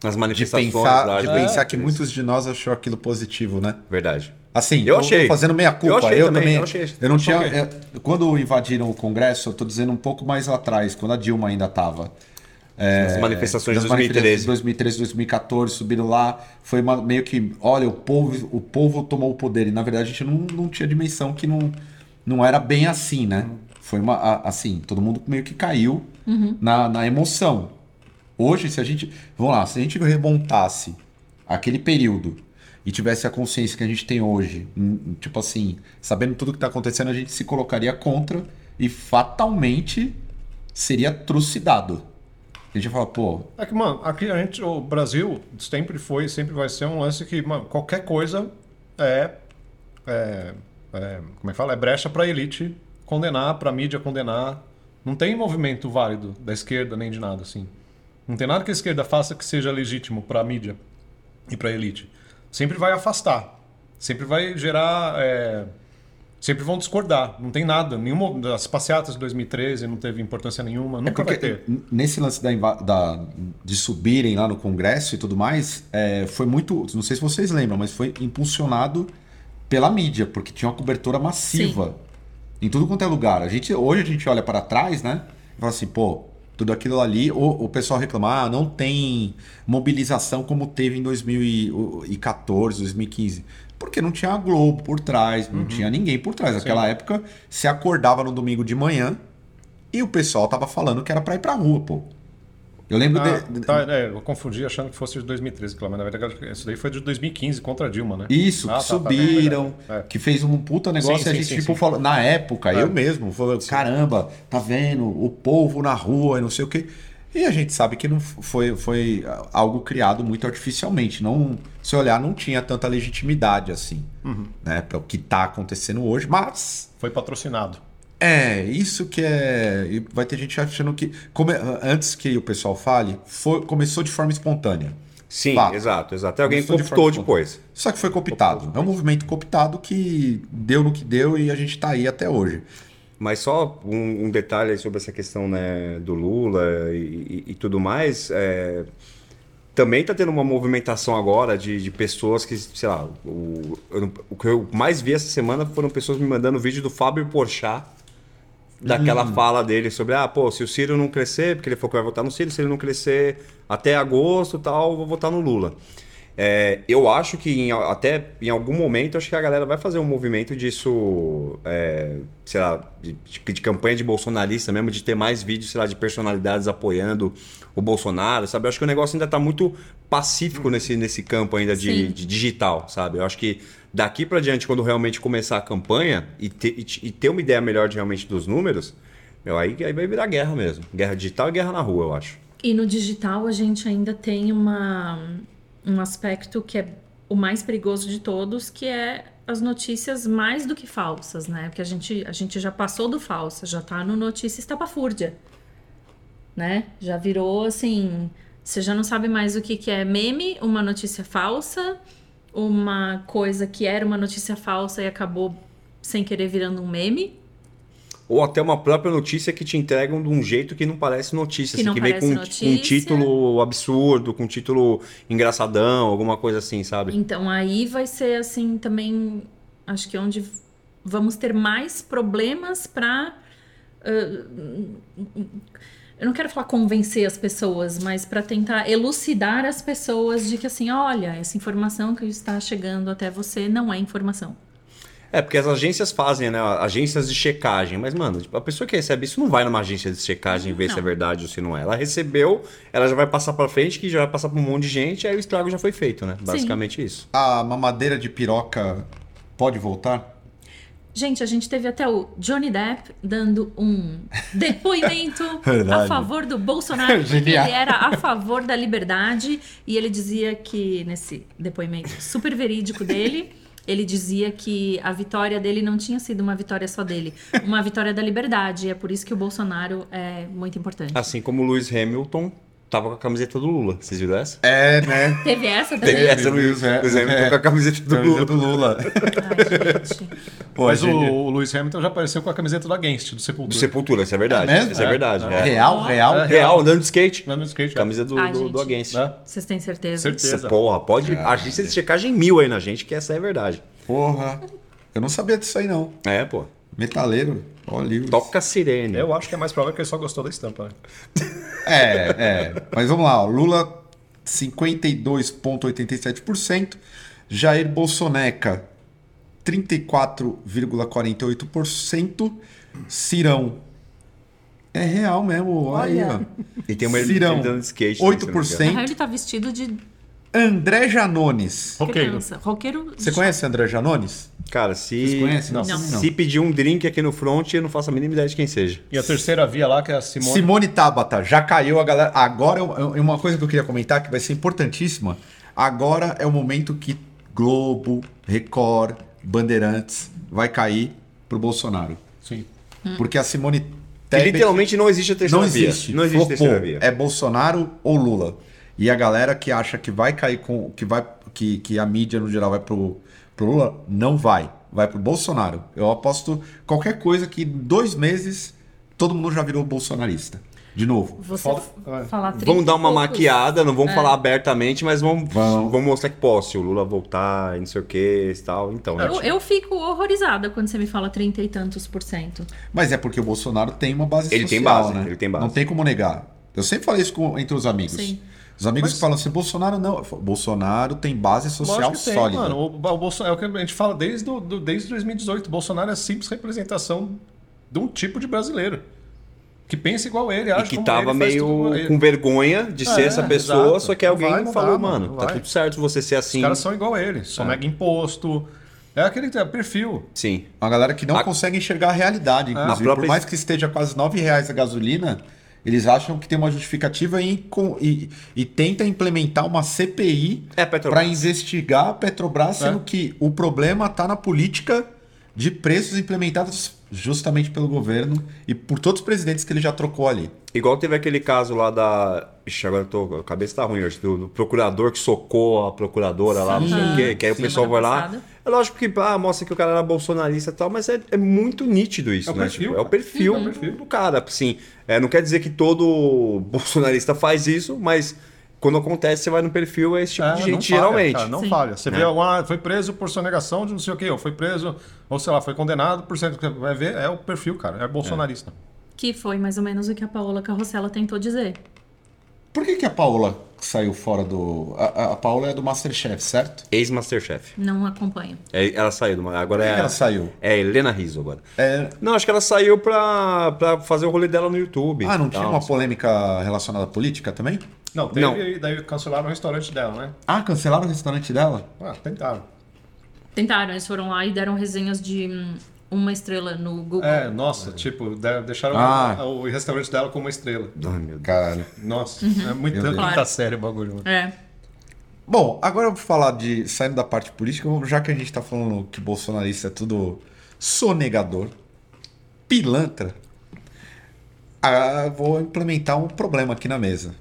Speaker 5: Nas
Speaker 2: De
Speaker 5: manifestações lá.
Speaker 2: pensar, de
Speaker 5: né?
Speaker 2: pensar que muitos de nós achou aquilo positivo, né?
Speaker 5: Verdade.
Speaker 2: Assim,
Speaker 5: Eu achei.
Speaker 2: fazendo meia
Speaker 5: Eu
Speaker 2: culpa. Eu,
Speaker 5: achei também,
Speaker 2: também.
Speaker 5: eu achei.
Speaker 2: eu não tinha.
Speaker 5: Ok.
Speaker 2: eu- quando invadiram o Congresso, eu tô dizendo um pouco mais lá atrás, quando a Dilma ainda estava.
Speaker 5: Nas manifestações de
Speaker 2: Nas É, manifestações de
Speaker 5: 2013.
Speaker 2: 2013, 2014, subiram lá. Foi uma- meio que, olha, o povo, o povo tomou o poder. E na verdade a gente não, não tinha dimensão que não, não era bem assim, né? Foi uma. a- assim, todo mundo meio que caiu na, na emoção. Hoje, se a gente. Vamos lá, se a gente remontasse aquele período e tivesse a consciência que a gente tem hoje, hum, tipo assim, sabendo tudo que tá acontecendo, a gente se colocaria contra e fatalmente seria trucidado. A gente fala, pô,
Speaker 3: É que, mano, aqui a gente, o Brasil sempre foi, sempre vai ser um lance que, mano, qualquer coisa é. é- é- como é que fala? É brecha pra elite condenar, pra mídia condenar. Não tem movimento válido da esquerda nem de nada, assim. Não tem nada que a esquerda faça que seja legítimo pra mídia e pra elite. Sempre vai afastar. Sempre vai gerar. é, sempre vão discordar. Não tem nada. Nenhuma das passeatas de 2013 não teve importância nenhuma. Nunca
Speaker 2: É porque
Speaker 3: vai ter.
Speaker 2: n- nesse lance da, inva- da- de subirem lá no Congresso e tudo mais, é, foi muito. Não sei se vocês lembram, mas foi impulsionado pela mídia, porque tinha uma cobertura massiva em tudo quanto é lugar. A gente, hoje a gente olha para trás, né? E fala assim, pô, tudo aquilo ali. Ou, o pessoal reclamar, ah, não tem mobilização como teve em 2014, 2015. Porque não tinha a Globo por trás,
Speaker 3: Uhum.
Speaker 2: não tinha ninguém por trás. Naquela época, se acordava no domingo de manhã e o pessoal tava falando que era pra ir pra rua, pô. Eu lembro
Speaker 3: Ah,
Speaker 2: de- de-
Speaker 3: tá, é, eu confundi achando que fosse de 2013, claro, mas na verdade isso daí foi de 2015 contra a Dilma, né?
Speaker 2: Isso,
Speaker 3: Ah,
Speaker 2: que
Speaker 3: tá, tá, tá,
Speaker 2: subiram,
Speaker 3: é verdade.
Speaker 2: que fez um puta negócio
Speaker 3: Sim,
Speaker 2: e a
Speaker 3: sim,
Speaker 2: gente,
Speaker 3: sim,
Speaker 2: tipo,
Speaker 3: sim.
Speaker 2: falou. Na época,
Speaker 3: É.
Speaker 2: eu mesmo, falei, caramba, tá vendo? O povo na rua e não sei o quê. E a gente sabe que não f- foi, foi algo criado muito artificialmente. Não, se olhar, não tinha tanta legitimidade assim,
Speaker 3: Uhum.
Speaker 2: né? Para o que tá acontecendo hoje, mas.
Speaker 3: Foi patrocinado.
Speaker 2: É, isso que é. e Vai ter gente achando que. come- Antes que o pessoal fale, foi- começou de forma espontânea.
Speaker 5: Sim,
Speaker 2: Fato.
Speaker 5: exato, exato. Até alguém
Speaker 2: Começou de
Speaker 5: optou
Speaker 2: forma-
Speaker 5: depois.
Speaker 2: Só que foi cooptado. É um movimento cooptado que deu no que deu e a gente tá aí até hoje.
Speaker 5: Mas só um, um detalhe aí sobre essa questão né, do Lula e, e- e tudo mais. é, também está tendo uma movimentação agora de, de pessoas que, sei lá, o, eu não- o que eu mais vi essa semana foram pessoas me mandando vídeo do Fábio Porchat, daquela fala dele sobre, ah, pô, se o Ciro não crescer, porque ele falou que vai votar no Ciro, se ele não crescer até agosto e tal, eu vou votar no Lula. É, eu acho que em a- até em algum momento, acho que a galera vai fazer um movimento disso, é, sei lá, de, de- de campanha de bolsonarista mesmo, de ter mais vídeos, sei lá, de personalidades apoiando o Bolsonaro, sabe? Eu acho que o negócio ainda tá muito pacífico nesse, nesse campo ainda de,
Speaker 4: Sim.
Speaker 5: de digital, sabe? Eu acho que daqui pra diante, quando realmente começar a campanha e, ter- e te- e ter uma ideia melhor de, realmente dos números, meu, aí, aí vai virar guerra mesmo. Guerra digital e guerra na rua, eu acho.
Speaker 4: E no digital a gente ainda tem uma, um aspecto que é o mais perigoso de todos, que é as notícias mais do que falsas, né? Porque a gente, a gente já passou do falsa, já tá no notícia estapafúrdia, né? Já virou assim, você já não sabe mais o que, que é meme, uma notícia falsa, uma coisa que era uma notícia falsa e acabou sem querer virando um meme.
Speaker 5: Ou até uma própria notícia que te entregam de um jeito que não parece notícia,
Speaker 4: Que
Speaker 5: assim,
Speaker 4: não
Speaker 5: que vem
Speaker 4: parece
Speaker 5: com um-
Speaker 4: notícia.
Speaker 5: um título absurdo, com um título engraçadão, alguma coisa assim, sabe?
Speaker 4: Então aí vai ser assim também, acho que é onde vamos ter mais problemas para eu não quero falar convencer as pessoas, mas para tentar elucidar as pessoas de que assim, olha, essa informação que está chegando até você não é informação.
Speaker 5: É, porque as agências fazem, né? Agências de checagem. Mas, mano, tipo, a pessoa que recebe isso não vai numa agência de checagem ver
Speaker 4: Não.
Speaker 5: se é verdade ou se não é. Ela recebeu, ela já vai passar pra frente, que já vai passar pra um monte de gente, aí o estrago já foi feito, né? Basicamente isso.
Speaker 2: A mamadeira de piroca pode voltar?
Speaker 4: Gente, a gente teve até o Johnny Depp dando um depoimento
Speaker 2: Verdade.
Speaker 4: a favor do Bolsonaro, porque ele
Speaker 6: Genial.
Speaker 4: era a favor da liberdade e ele dizia que, nesse depoimento super verídico dele, ele dizia que a vitória dele não tinha sido uma vitória só dele, uma vitória da liberdade. E é por isso que o Bolsonaro é muito importante.
Speaker 5: Assim como o Lewis Hamilton tava com a camiseta do Lula. Vocês viram essa?
Speaker 2: É, né? *laughs*
Speaker 4: Teve essa
Speaker 5: Teve
Speaker 4: também?
Speaker 5: essa do Lewis,
Speaker 2: é.
Speaker 5: Lewis Hamilton com a camiseta do
Speaker 2: Camisa
Speaker 5: Lula.
Speaker 2: do Lula.
Speaker 4: Ai, Ah, gente.
Speaker 2: Pô,
Speaker 3: Mas
Speaker 2: a
Speaker 3: o,
Speaker 2: gente-
Speaker 3: o Lewis Hamilton já apareceu com a camiseta do Against, do Sepultura.
Speaker 5: Do Sepultura, isso é verdade.
Speaker 2: É mesmo?
Speaker 5: Isso é, verdade. É.
Speaker 2: Real, real.
Speaker 5: Real, Real, andando de skate.
Speaker 3: Lá no skate. já.
Speaker 5: Camisa do,
Speaker 4: Ai,
Speaker 5: do, do
Speaker 4: Ah, gente.
Speaker 5: Against.
Speaker 3: Né?
Speaker 4: Vocês têm certeza?
Speaker 3: Certeza.
Speaker 5: Essa porra, pode. A gente tem checagem mil aí na gente, que essa é a verdade.
Speaker 2: Porra. Eu não sabia disso aí, não.
Speaker 5: É, pô.
Speaker 2: Metaleiro. Ó, livros.
Speaker 5: Toca a sirene.
Speaker 3: Eu acho que é mais provável que ele só gostou da estampa. né?
Speaker 2: É, é. Mas vamos lá, ó. Lula 52,87%, Jair Bolsoneca 34,48%, Cirão. É real mesmo, olha aí,
Speaker 4: Olha.
Speaker 2: ó.
Speaker 5: E tem uma ele
Speaker 2: Cirão,
Speaker 5: andando de skate.
Speaker 2: 8%.
Speaker 4: Na real, ele tá vestido de
Speaker 2: André Janones.
Speaker 3: Roqueiro.
Speaker 4: criança. Roqueiro.
Speaker 2: Você conhece André Janones?
Speaker 5: Cara,
Speaker 2: Vocês
Speaker 5: se.
Speaker 2: conhecem?
Speaker 3: Não.
Speaker 5: Se pedir um drink aqui no front, eu não faço a mínima ideia de quem seja.
Speaker 3: E a terceira via lá, que é a Simone.
Speaker 2: Simone Tabata, já caiu a galera. Agora é um- é uma coisa que eu queria comentar que vai ser importantíssima. Agora é o momento que Globo, Record, Bandeirantes vai cair pro Bolsonaro.
Speaker 3: Sim.
Speaker 2: Porque a Simone
Speaker 5: Hum. Que
Speaker 2: Tebet
Speaker 5: literalmente não existe a terceira
Speaker 2: não
Speaker 5: via.
Speaker 2: existe.
Speaker 5: Não existe a
Speaker 2: Flopou.
Speaker 5: terceira via.
Speaker 2: É Bolsonaro ou Lula. E a galera que acha que vai cair com que vai que, que a mídia no geral vai pro, pro Lula, não vai. Vai pro Bolsonaro. Eu aposto qualquer coisa que em dois meses todo mundo já virou bolsonarista. De novo.
Speaker 4: Você
Speaker 3: Falta-
Speaker 4: falar trinta
Speaker 5: Vão
Speaker 4: e
Speaker 5: dar uma
Speaker 4: poucos.
Speaker 5: maquiada, não vão falar abertamente, mas vão,
Speaker 2: Vão.
Speaker 5: vão. mostrar que posso. Se o Lula voltar, e não sei o que e tal. Então, né?
Speaker 4: Eu, eu fico horrorizada quando você me fala trinta e tantos por cento.
Speaker 2: Mas é porque o Bolsonaro tem uma base
Speaker 5: Ele tem
Speaker 2: social,
Speaker 5: base,
Speaker 2: né?
Speaker 5: ele tem base.
Speaker 2: Não tem como negar. Eu sempre falei isso com- entre os amigos.
Speaker 4: Sim.
Speaker 2: Os amigos
Speaker 3: Mas-
Speaker 2: falam assim, Bolsonaro não. Eu falo, Bolsonaro tem base social
Speaker 3: Lógico que tem,
Speaker 2: sólida.
Speaker 3: mano. O, o Bolsonaro, é o que a gente fala desde, o- do, desde 2018. Bolsonaro é a simples representação de um tipo de brasileiro. Que pensa igual ele,
Speaker 5: E
Speaker 3: acha
Speaker 5: que
Speaker 3: como
Speaker 5: tava
Speaker 3: ele, faz
Speaker 5: meio
Speaker 3: tudo como ele.
Speaker 5: com vergonha de ser
Speaker 3: É,
Speaker 5: essa pessoa,
Speaker 3: exato.
Speaker 5: só que
Speaker 3: Não
Speaker 5: alguém
Speaker 3: vai, não
Speaker 5: falou,
Speaker 3: dá, mano,
Speaker 5: mano,
Speaker 3: não
Speaker 5: tá
Speaker 3: vai."
Speaker 5: tudo certo você ser assim.
Speaker 3: Os caras são igual a ele. Só nega imposto. É aquele que tem perfil.
Speaker 5: Sim.
Speaker 2: Uma galera que não
Speaker 5: A-
Speaker 2: consegue enxergar a realidade, inclusive.
Speaker 5: própria-
Speaker 2: Por mais que esteja quase 9 reais a gasolina, eles acham que tem uma justificativa e, com- e, e tenta implementar uma CPI
Speaker 5: É, Petro.
Speaker 2: para investigar a Petrobras, sendo
Speaker 3: É.
Speaker 2: que o problema está na política de preços implementados justamente pelo governo e por todos os presidentes que ele já trocou ali.
Speaker 5: Igual teve aquele caso lá da. Ixi, agora eu tô. A cabeça tá ruim hoje. Do, do procurador que socou a procuradora lá, não sei o quê. Que aí o
Speaker 4: Sim.
Speaker 5: pessoal vai lá.
Speaker 4: Passada.
Speaker 5: É lógico que ah, mostra que o cara era bolsonarista e tal, mas é, é muito nítido isso,
Speaker 3: É o
Speaker 5: né?
Speaker 3: perfil,
Speaker 5: Tipo, é o
Speaker 3: cara.
Speaker 5: perfil,
Speaker 3: Uhum. É o perfil.
Speaker 5: do cara. Assim, é, não quer dizer que todo *laughs* bolsonarista faz isso, mas quando acontece, você vai no perfil, é esse tipo
Speaker 3: É,
Speaker 5: de
Speaker 3: não
Speaker 5: gente,
Speaker 3: falha,
Speaker 5: geralmente.
Speaker 3: cara, não
Speaker 4: Sim.
Speaker 3: falha. Você vê
Speaker 5: Né?
Speaker 3: alguma. ah, Foi preso por sonegação de não sei o quê, ou foi preso, ou sei lá, foi condenado por cento. Vai ver, é o perfil, cara. É bolsonarista.
Speaker 4: Que foi mais ou menos o que a Paola Carrossela tentou dizer.
Speaker 2: Por que, que a Paola saiu fora do. A, a- a Paola é do Masterchef, certo? Por
Speaker 5: Ex-Masterchef.
Speaker 4: Não acompanho.
Speaker 5: É, ela saiu, do- agora
Speaker 2: que,
Speaker 5: é.
Speaker 2: que ela saiu?
Speaker 5: É Helena Rizzo agora.
Speaker 2: É-
Speaker 5: Não, acho que ela saiu pra, pra fazer o rolê dela no YouTube.
Speaker 2: Ah, não
Speaker 5: e
Speaker 2: tinha
Speaker 5: tal.
Speaker 2: uma polêmica relacionada à política também?
Speaker 3: Não, teve,
Speaker 5: Não.
Speaker 3: e daí cancelaram o restaurante dela, né?
Speaker 2: Ah, cancelaram o restaurante dela?
Speaker 3: Ah, tentaram.
Speaker 4: Tentaram, eles foram lá e deram resenhas de hum, uma estrela no Google.
Speaker 3: É, nossa, tipo, de- deixaram
Speaker 2: Ah.
Speaker 3: a- o restaurante dela com uma estrela.
Speaker 5: Ai, meu Deus.
Speaker 2: Caralho.
Speaker 3: Nossa, é muito
Speaker 2: Meu Deus.
Speaker 3: quinta
Speaker 4: Claro.
Speaker 3: série o bagulho. mano.
Speaker 4: É.
Speaker 2: Bom, agora eu vou falar de. Saindo da parte política, já que a gente tá falando que bolsonarista é tudo sonegador, pilantra, ah, vou implementar um problema aqui na mesa.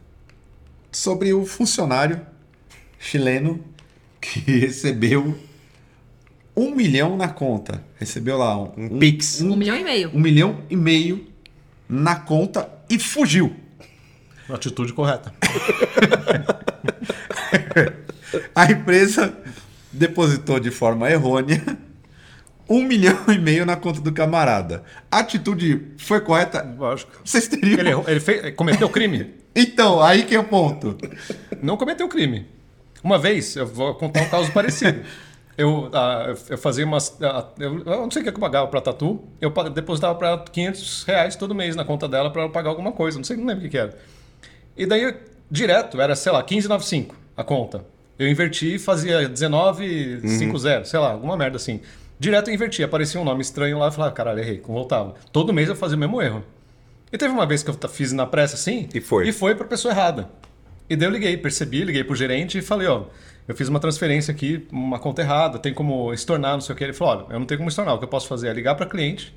Speaker 2: Sobre o funcionário chileno que *laughs* recebeu um milhão na conta. Recebeu lá um,
Speaker 5: Um pix.
Speaker 4: Um milhão e meio.
Speaker 2: um milhão e meio na conta e fugiu.
Speaker 3: Atitude correta.
Speaker 2: A empresa depositou de forma errônea um milhão e meio na conta do camarada. A atitude foi correta?
Speaker 3: Lógico.
Speaker 2: Vocês
Speaker 3: Ele,
Speaker 2: teriam.
Speaker 3: errou- ele fez, cometeu crime?
Speaker 2: Então, aí que é o ponto.
Speaker 3: Não cometeu crime. Uma vez, eu vou contar um caso parecido. Eu, ah, eu- eu fazia umas. ah, eu, eu não sei o que eu pagava pra Tatu. Eu pa- depositava pra ela 500 reais todo mês na conta dela pra ela pagar alguma coisa. Não sei, não lembro o que, que era. E daí, eu- direto, era, sei lá,
Speaker 5: Uhum.
Speaker 3: 15,95 a conta. Eu inverti e fazia 19,50, sei lá, alguma merda assim. Direto eu invertia, aparecia um nome estranho lá, eu falava, caralho, errei, voltava. Todo mês eu fazia o mesmo erro. E teve uma vez que eu ta- fiz na pressa assim.
Speaker 5: E foi.
Speaker 3: E foi pra pessoa errada. E daí eu liguei, percebi, liguei pro gerente e falei, ó, eu fiz uma transferência aqui, uma conta errada, tem como estornar, não sei o que. Ele falou, olha, eu não tenho como estornar, o que eu posso fazer é ligar pra cliente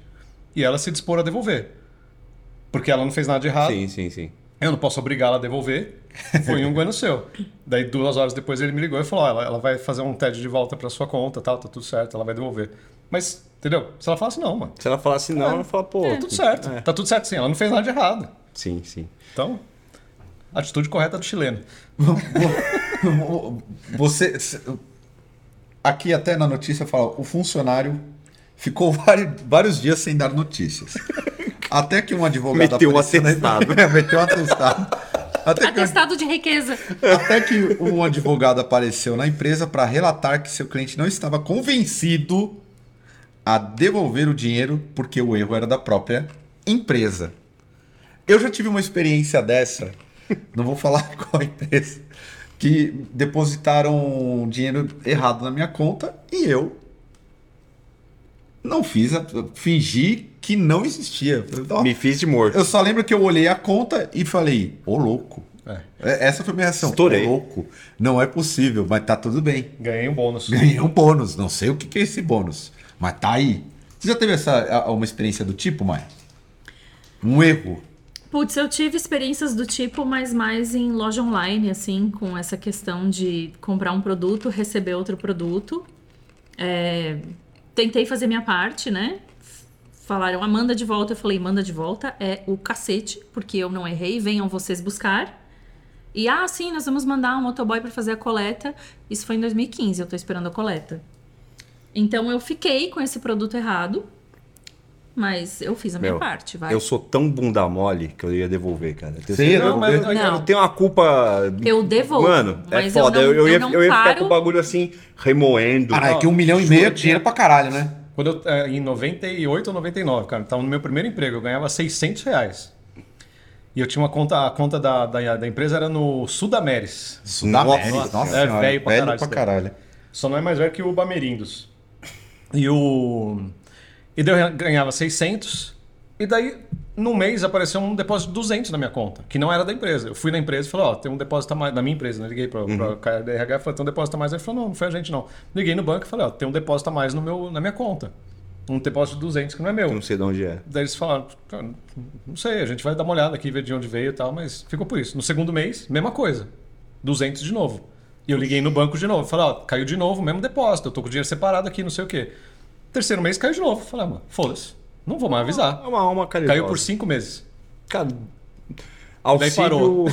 Speaker 3: e ela se dispor a devolver. Porque ela não fez nada de errado.
Speaker 5: Sim, sim, sim.
Speaker 3: Eu não posso obrigá-la a devolver. Foi um ano seu. Daí, duas horas depois, ele me ligou e falou: ó, ela, ela vai fazer um TED de volta para sua conta, tal, tá tudo certo, ela vai devolver. Mas, entendeu? Se ela falasse, não, mano.
Speaker 5: Se ela falasse
Speaker 4: É.
Speaker 5: não, ela fala, pô. É.
Speaker 3: Tá tudo certo.
Speaker 2: É.
Speaker 3: Tá tudo certo sim. Ela não fez nada de errado.
Speaker 5: Sim, sim.
Speaker 3: Então, atitude correta é do chileno.
Speaker 2: Você. se- Aqui até na notícia fala, o funcionário ficou vários, vários dias sem dar notícias. Até que um advogado
Speaker 5: Meteu um
Speaker 2: apareceu na-
Speaker 5: atestado.
Speaker 2: *laughs* É, meteu um atestado. Até que, um-
Speaker 4: Atestado de riqueza.
Speaker 2: até que um advogado apareceu na empresa para relatar que seu cliente não estava convencido a devolver o dinheiro porque o erro era da própria empresa. Eu já tive uma experiência dessa, não vou falar *laughs* qual empresa, que depositaram dinheiro errado na minha conta e eu não fiz, a- fingi que não existia. Eu falei, "Ó,
Speaker 5: Me fiz de morto.
Speaker 2: eu só lembro que eu olhei a conta e falei, ô louco.
Speaker 3: É.
Speaker 2: É, Essa foi minha reação.
Speaker 5: Estourei.
Speaker 2: Ô louco. Não é possível, mas tá tudo bem.
Speaker 3: Ganhei um bônus.
Speaker 2: Ganhei um bônus. Não sei o que que é esse bônus, mas tá aí. Você já teve essa, a- uma experiência do tipo, Maia? Um erro.
Speaker 4: Putz, eu tive experiências do tipo, mas mais em loja online, assim, com essa questão de comprar um produto, receber outro produto. É, tentei fazer minha parte, né? Falaram, ah, manda de volta. Eu falei, manda de volta, é o cacete, porque eu não errei, venham vocês buscar. E, ah, sim, nós vamos mandar um motoboy para fazer a coleta. Isso foi em 2015, eu tô esperando a coleta. Então eu fiquei com esse produto errado, mas eu fiz a minha
Speaker 5: Meu,
Speaker 4: parte, vai.
Speaker 5: Eu sou tão bunda mole que eu ia devolver, cara. Eu tenho
Speaker 2: Você ia
Speaker 5: certeza.
Speaker 3: Não, mas-
Speaker 2: devolver?
Speaker 4: Não.
Speaker 5: Eu tenho uma culpa.
Speaker 4: Eu devolvo,
Speaker 5: Mano, é
Speaker 4: mas eu
Speaker 5: foda.
Speaker 4: não-
Speaker 5: Eu, eu
Speaker 4: eu
Speaker 5: ia,
Speaker 4: não
Speaker 5: eu ia ficar
Speaker 4: paro.
Speaker 5: com o bagulho assim, remoendo.
Speaker 2: Caralho, que um milhão e
Speaker 3: tipo?
Speaker 2: meio é dinheiro pra caralho, né?
Speaker 3: Quando eu, eh, em 98 ou 99, cara, tava no meu primeiro emprego, eu ganhava 600 reais. E eu tinha uma conta, a conta da, da, da empresa era no Sudameris.
Speaker 2: Nossa,
Speaker 3: nossa,
Speaker 2: senhora,
Speaker 3: é velho pra caralho
Speaker 2: pra
Speaker 3: isso daí.
Speaker 2: caralho.
Speaker 3: Só não é mais velho que o Bamerindos. E o. E daí eu ganhava 600. E daí, num mês, apareceu um depósito de 200 na minha conta, que não era da empresa. Eu fui na empresa e falei: Ó, tem um depósito a mais. Na minha empresa, né? Liguei pra, pra cara da RH e falei: tem um depósito a mais. Ele falou: Não, não foi a gente não. Liguei no banco e falei: Ó, tem um depósito a mais no meu, na minha conta. Um depósito de 200 que não é meu.
Speaker 5: Eu não sei de onde é.
Speaker 3: Daí eles falaram, "Cara, não sei, a gente vai dar uma olhada aqui, ver de onde veio e tal, mas ficou por isso. No segundo mês, mesma coisa. 200 de novo. E eu liguei no banco de novo. Falei, ó, caiu de novo, mesmo depósito. Eu tô com o dinheiro separado aqui, não sei o quê. Terceiro mês caiu de novo. Falei, ah, mano, foda-se. Não vou mais avisar.
Speaker 5: É uma alma caridosa.
Speaker 3: Caiu por cinco meses.
Speaker 5: Cara, auxílio...
Speaker 3: parou.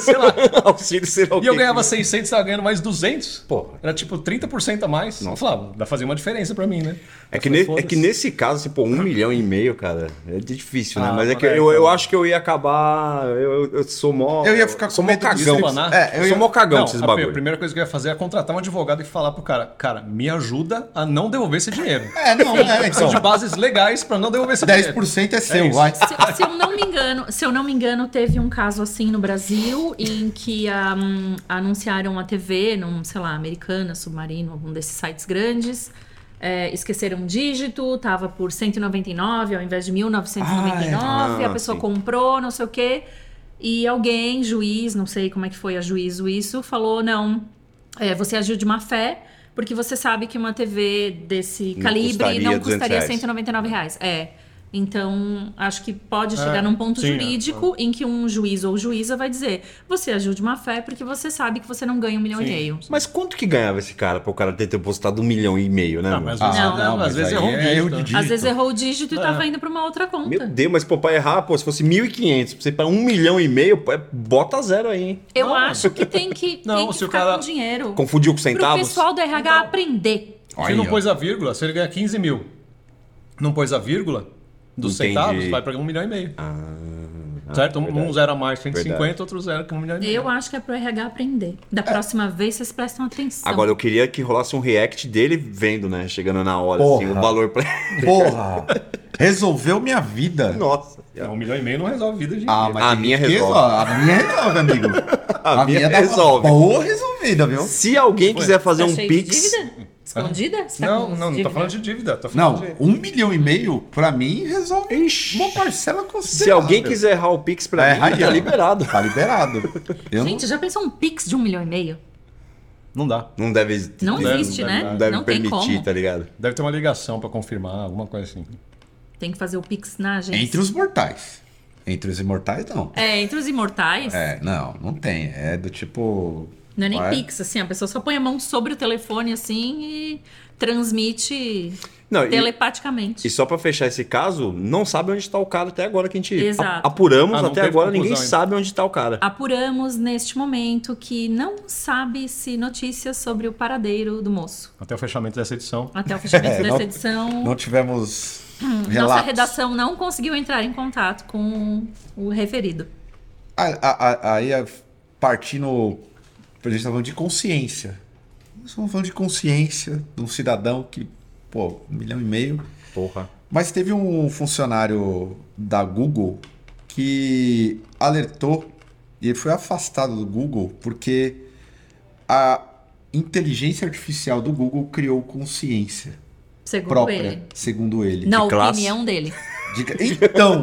Speaker 3: Sei lá.
Speaker 5: *laughs* auxílio sei lá o
Speaker 3: E eu
Speaker 5: quê.
Speaker 3: ganhava 600, tava ganhando mais 200.
Speaker 5: Pô.
Speaker 3: Era tipo 30% a mais. Eu falava, dá pra fazer uma diferença pra mim, né?
Speaker 5: É
Speaker 3: Eu
Speaker 5: que,
Speaker 3: falei,
Speaker 5: ne- é
Speaker 3: "Foda-se."
Speaker 5: que nesse caso, se pô, um milhão e meio, cara, é difícil, né?
Speaker 3: Ah,
Speaker 5: Mas é que
Speaker 3: moleque,
Speaker 5: eu, eu
Speaker 3: cara.
Speaker 5: acho que eu ia acabar. Eu, eu- eu sou mó.
Speaker 2: Eu ia ficar com
Speaker 5: sou mó
Speaker 2: medo disso.
Speaker 5: cagão.
Speaker 3: Espanar?
Speaker 2: É, eu
Speaker 5: eu
Speaker 2: ia-
Speaker 5: sou mó cagão
Speaker 3: Não,
Speaker 5: com esses
Speaker 3: Rafael,
Speaker 5: bagulho.
Speaker 3: A primeira coisa que eu ia fazer é contratar um advogado e falar pro cara, cara, me ajuda a não devolver esse dinheiro.
Speaker 2: É, não, é,
Speaker 3: São
Speaker 2: *laughs* então.
Speaker 3: de bases legais pra não devolver esse dinheiro.
Speaker 2: 10% é seu,
Speaker 3: isso.
Speaker 2: vai.
Speaker 4: se, se eu não me engano, se eu não me engano, teve um caso assim no Brasil em que ahm, anunciaram a TV, num, sei lá, americana, submarino, algum desses sites grandes. é, esqueceram um dígito, tava por 199 ao invés de 1999,
Speaker 5: Ah, é. Ah,
Speaker 4: a pessoa
Speaker 5: sim.
Speaker 4: comprou, não sei o quê. E alguém, juiz, não sei como é que foi a juízo isso, falou: não, é, você agiu de má fé, porque você sabe que uma TV desse
Speaker 5: Não
Speaker 4: calibre
Speaker 5: custaria
Speaker 4: não
Speaker 5: 200
Speaker 4: custaria
Speaker 5: reais.
Speaker 4: 199 reais. É. Então, acho que pode chegar
Speaker 3: É,
Speaker 4: num ponto
Speaker 3: sim, é.
Speaker 4: jurídico em que um juiz ou juíza vai dizer: você agiu de má fé porque você sabe que você não ganha um milhão e
Speaker 3: Sim.
Speaker 4: meio.
Speaker 5: Mas quanto que ganhava esse cara pra o cara ter depositado um milhão e meio, né?
Speaker 3: Ah,
Speaker 5: meu?
Speaker 3: mas
Speaker 2: Ah,
Speaker 3: não,
Speaker 4: não,
Speaker 2: mas
Speaker 3: às vezes
Speaker 2: aí
Speaker 3: errou um
Speaker 2: é
Speaker 3: dígito.
Speaker 2: erro de dígito.
Speaker 4: Às vezes errou o dígito e
Speaker 3: É.
Speaker 4: tava indo pra uma outra conta.
Speaker 5: Meu Deus, mas pô, pra errar, pô, se fosse 1.500, pra você ir pra um milhão e meio, pô, é- bota zero aí, hein?
Speaker 4: Eu
Speaker 3: Não,
Speaker 4: acho que tem que,
Speaker 3: *laughs* Não,
Speaker 4: tem que
Speaker 3: se o
Speaker 4: ficar
Speaker 3: cara- então-
Speaker 4: com dinheiro.
Speaker 5: Confundiu
Speaker 4: Pro
Speaker 5: com centavos?
Speaker 4: pessoal do RH aprender.
Speaker 3: Se
Speaker 2: Olha.
Speaker 3: não pôs a vírgula, se ele ganha 15 mil, não pôs a vírgula dos
Speaker 5: Entendi.
Speaker 3: centavos, vai pra um milhão e meio. certo? Um- um zero a mais 150,
Speaker 5: Verdade.
Speaker 3: outro zero com um milhão e meio.
Speaker 4: Eu acho que é pro RH aprender. Da
Speaker 3: É.
Speaker 4: próxima vez, vocês prestam atenção.
Speaker 5: Agora, eu queria que rolasse um react dele vendo, né? Chegando na hora,
Speaker 2: Porra.
Speaker 5: assim, o valor pra... *laughs*
Speaker 2: Porra! Resolveu minha vida.
Speaker 5: Nossa.
Speaker 3: Não, Um milhão e meio não resolve vida de ninguém.
Speaker 2: Ah, mas
Speaker 5: A
Speaker 2: tem
Speaker 5: minha
Speaker 2: riqueza,
Speaker 5: resolve.
Speaker 2: ó, A minha resolve, amigo.
Speaker 5: A minha
Speaker 2: dá uma
Speaker 5: resolve.
Speaker 2: Boa resolvida, viu?
Speaker 5: Se alguém quiser fazer um
Speaker 4: Tá cheio de
Speaker 5: pix...
Speaker 4: dívida? Escondida? Você tá
Speaker 3: É. Não,
Speaker 4: com
Speaker 3: não, não tô
Speaker 4: dívida?
Speaker 3: falando de dívida, tô falando
Speaker 2: Não,
Speaker 3: de.
Speaker 2: um milhão e meio, pra mim, resolve uma parcela considerável.
Speaker 5: Se alguém quiser errar o Pix pra
Speaker 2: É,
Speaker 5: mim,
Speaker 2: aí,
Speaker 5: tá
Speaker 2: ó.
Speaker 5: liberado.
Speaker 2: Tá liberado. Eu não-
Speaker 4: Gente, já pensou um pix de um milhão e meio?
Speaker 3: Não dá.
Speaker 5: Não deve.
Speaker 4: Não
Speaker 3: Deve-
Speaker 4: existe,
Speaker 3: deve-
Speaker 4: né?
Speaker 5: Não deve
Speaker 4: não tem
Speaker 5: permitir,
Speaker 4: como.
Speaker 5: tá ligado?
Speaker 3: Deve ter uma ligação pra confirmar, alguma coisa assim.
Speaker 4: Tem que fazer o pix na agência.
Speaker 2: Entre os mortais. Entre os imortais, não.
Speaker 4: É, entre os imortais.
Speaker 2: É, não, não tem. É do tipo.
Speaker 4: Não é nem
Speaker 2: vai-
Speaker 4: pix, assim, a pessoa só põe a mão sobre o telefone, assim, e transmite
Speaker 5: Não, e-
Speaker 2: é
Speaker 4: telepaticamente.
Speaker 5: E só pra fechar esse caso, não sabe onde tá o cara até agora que a gente
Speaker 4: Exato.
Speaker 5: a- apuramos
Speaker 3: Ah, não
Speaker 5: até
Speaker 3: teve
Speaker 5: agora, ninguém
Speaker 3: conclusão ainda.
Speaker 5: sabe onde tá o cara.
Speaker 4: Apuramos neste momento que não sabe-se notícias sobre o paradeiro do moço.
Speaker 3: Até o fechamento dessa edição.
Speaker 2: *laughs*
Speaker 4: Até o fechamento
Speaker 2: É,
Speaker 4: dessa
Speaker 2: não-
Speaker 4: edição,
Speaker 2: Não tivemos.
Speaker 4: Hum, nossa
Speaker 2: relatos.
Speaker 4: redação não conseguiu entrar em contato com o referido.
Speaker 2: A- a- a- Aí, a- partindo. A gente tá falando de consciência. Nós estamos falando de consciência de um cidadão que, pô, um milhão e meio.
Speaker 5: Porra.
Speaker 2: Mas teve um funcionário da Google que alertou e ele foi afastado do Google porque a inteligência artificial do Google criou consciência
Speaker 4: Segundo
Speaker 2: própria,
Speaker 4: ele.
Speaker 2: segundo ele.
Speaker 4: Na
Speaker 5: classe.
Speaker 4: opinião dele.
Speaker 2: Diga- Então,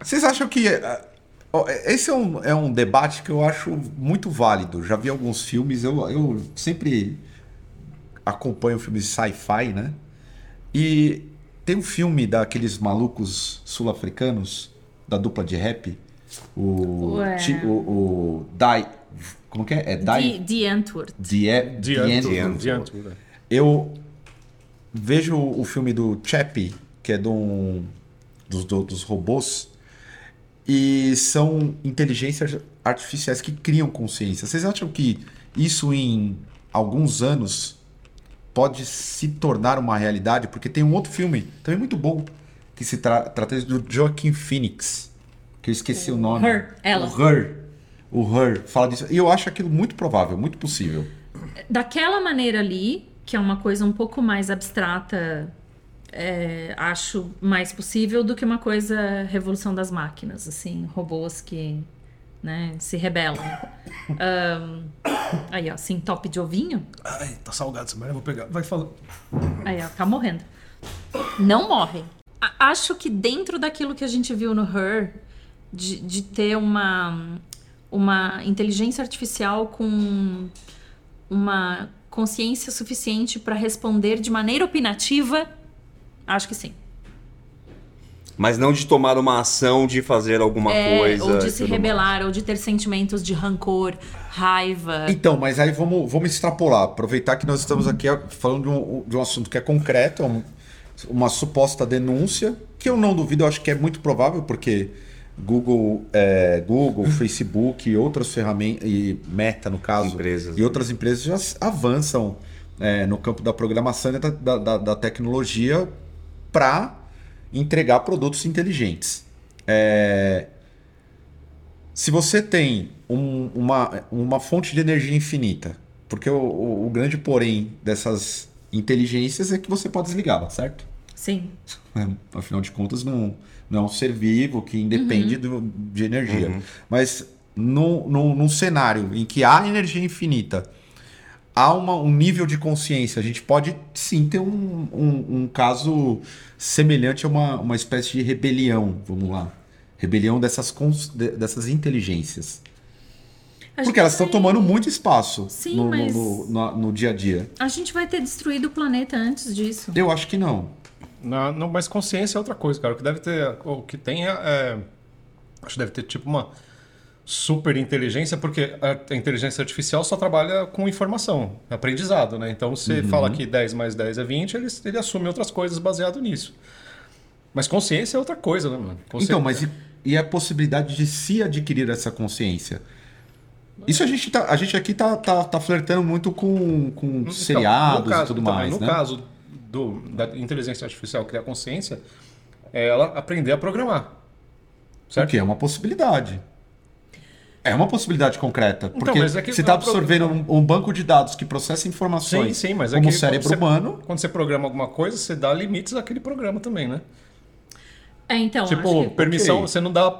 Speaker 2: vocês acham que. ah, ó, Esse é um, é um debate que eu acho muito válido. Já vi alguns filmes, eu, eu sempre acompanho filmes de sci-fi, né? E tem um filme daqueles malucos sul-africanos, da dupla de rap, o.
Speaker 4: Ué.
Speaker 2: Ti- o, o Die. Como que é? É Die.
Speaker 4: De, de Antwoord.
Speaker 2: Die, Die,
Speaker 3: Diante.
Speaker 2: Die, eu vejo o filme do Chappie, que é de um- dos, do- dos robôs, e são inteligências artificiais que criam consciência. Vocês acham que isso em alguns anos pode se tornar uma realidade? Porque tem um outro filme, também muito bom, que se tra trata do Joaquim Phoenix, que eu esqueci o nome.
Speaker 4: Her, ela.
Speaker 2: O Her. O Her. Fala disso. E eu acho aquilo muito provável, muito possível.
Speaker 4: daquela maneira ali, que é uma coisa um pouco mais abstrata, é, acho mais possível do que uma coisa revolução das máquinas, assim, robôs que né, se rebelam. Ahn, aí, ó, assim, top de ovinho.
Speaker 3: Ai, tá salgado essa merda, eu vou pegar. Vai falando.
Speaker 4: Aí, ó, tá morrendo. Não morrem. A- Acho que dentro daquilo que a gente viu no Her, de, de ter uma, uma inteligência artificial com uma consciência suficiente para responder de maneira opinativa, acho que sim.
Speaker 5: Mas não de tomar uma ação de fazer alguma
Speaker 4: É,
Speaker 5: coisa.
Speaker 4: ou de
Speaker 5: e
Speaker 4: se
Speaker 5: tudo
Speaker 4: rebelar, ou de ter sentimentos de rancor, raiva.
Speaker 2: Então, mas aí vamos, vamos extrapolar. Aproveitar que nós estamos aqui falando de um, de um assunto que é concreto, é um- uma suposta denúncia, que eu não duvido, eu acho que é muito provável, porque Google, é, Google Facebook e outras ferramentas, e Meta no caso,
Speaker 5: Empresas,
Speaker 2: e outras empresas já s- avançam é, no campo da programação e da, da- da- da tecnologia para entregar produtos inteligentes. É, se você tem um- uma, uma fonte de energia infinita, porque o, o- o grande porém dessas inteligências é que você pode desligá-la, certo?
Speaker 4: Sim.
Speaker 2: É, Afinal de contas, não, não é um ser vivo que independe
Speaker 4: Uhum.
Speaker 2: do- de energia. Mas num, num, num cenário em que há energia infinita, há uma- um nível de consciência, a gente pode sim ter um, um, um caso semelhante a uma, uma espécie de rebelião, vamos lá. Rebelião dessas, cons- de- dessas inteligências.
Speaker 4: A gente
Speaker 2: Porque elas estão
Speaker 4: vai-
Speaker 2: tomando muito espaço
Speaker 4: Sim,
Speaker 2: no, no-
Speaker 4: mas-
Speaker 2: no- no- no dia a dia.
Speaker 4: A gente vai ter destruído o planeta antes disso.
Speaker 2: Eu acho que não.
Speaker 3: Na- não, mas consciência é outra coisa, cara. O que deve ter. O que tem é. é- acho que deve ter tipo uma super inteligência, porque a, a inteligência artificial só trabalha com informação, aprendizado, né? Então você
Speaker 2: Uhum.
Speaker 3: fala que 10 mais 10 é 20, ele, ele assume outras coisas baseado nisso. Mas consciência é outra coisa, né, mano? Consciência-
Speaker 2: Então, mas e, e a possibilidade de se adquirir essa consciência? Isso a gente, tá, a gente aqui tá, tá, tá flertando muito com, com
Speaker 3: Então,
Speaker 2: seriados
Speaker 3: no caso-
Speaker 2: e tudo
Speaker 3: então,
Speaker 2: mais,
Speaker 3: No
Speaker 2: né?
Speaker 3: caso do, da inteligência artificial criar consciência, é ela aprender a programar.
Speaker 2: O que é uma possibilidade. É uma possibilidade concreta. Porque
Speaker 3: mas é que
Speaker 2: você está
Speaker 3: é um pro-
Speaker 2: absorvendo um, um banco de dados que processa
Speaker 3: Sim,
Speaker 2: informações
Speaker 3: sim, mas é
Speaker 2: como
Speaker 3: que
Speaker 2: o cérebro
Speaker 3: quando você,
Speaker 2: humano.
Speaker 3: Quando você programa alguma coisa, você dá limites àquele programa também, né?
Speaker 4: É, então,
Speaker 3: Tipo,
Speaker 4: acho que...
Speaker 3: permissão,
Speaker 2: ok.
Speaker 3: você, não dá,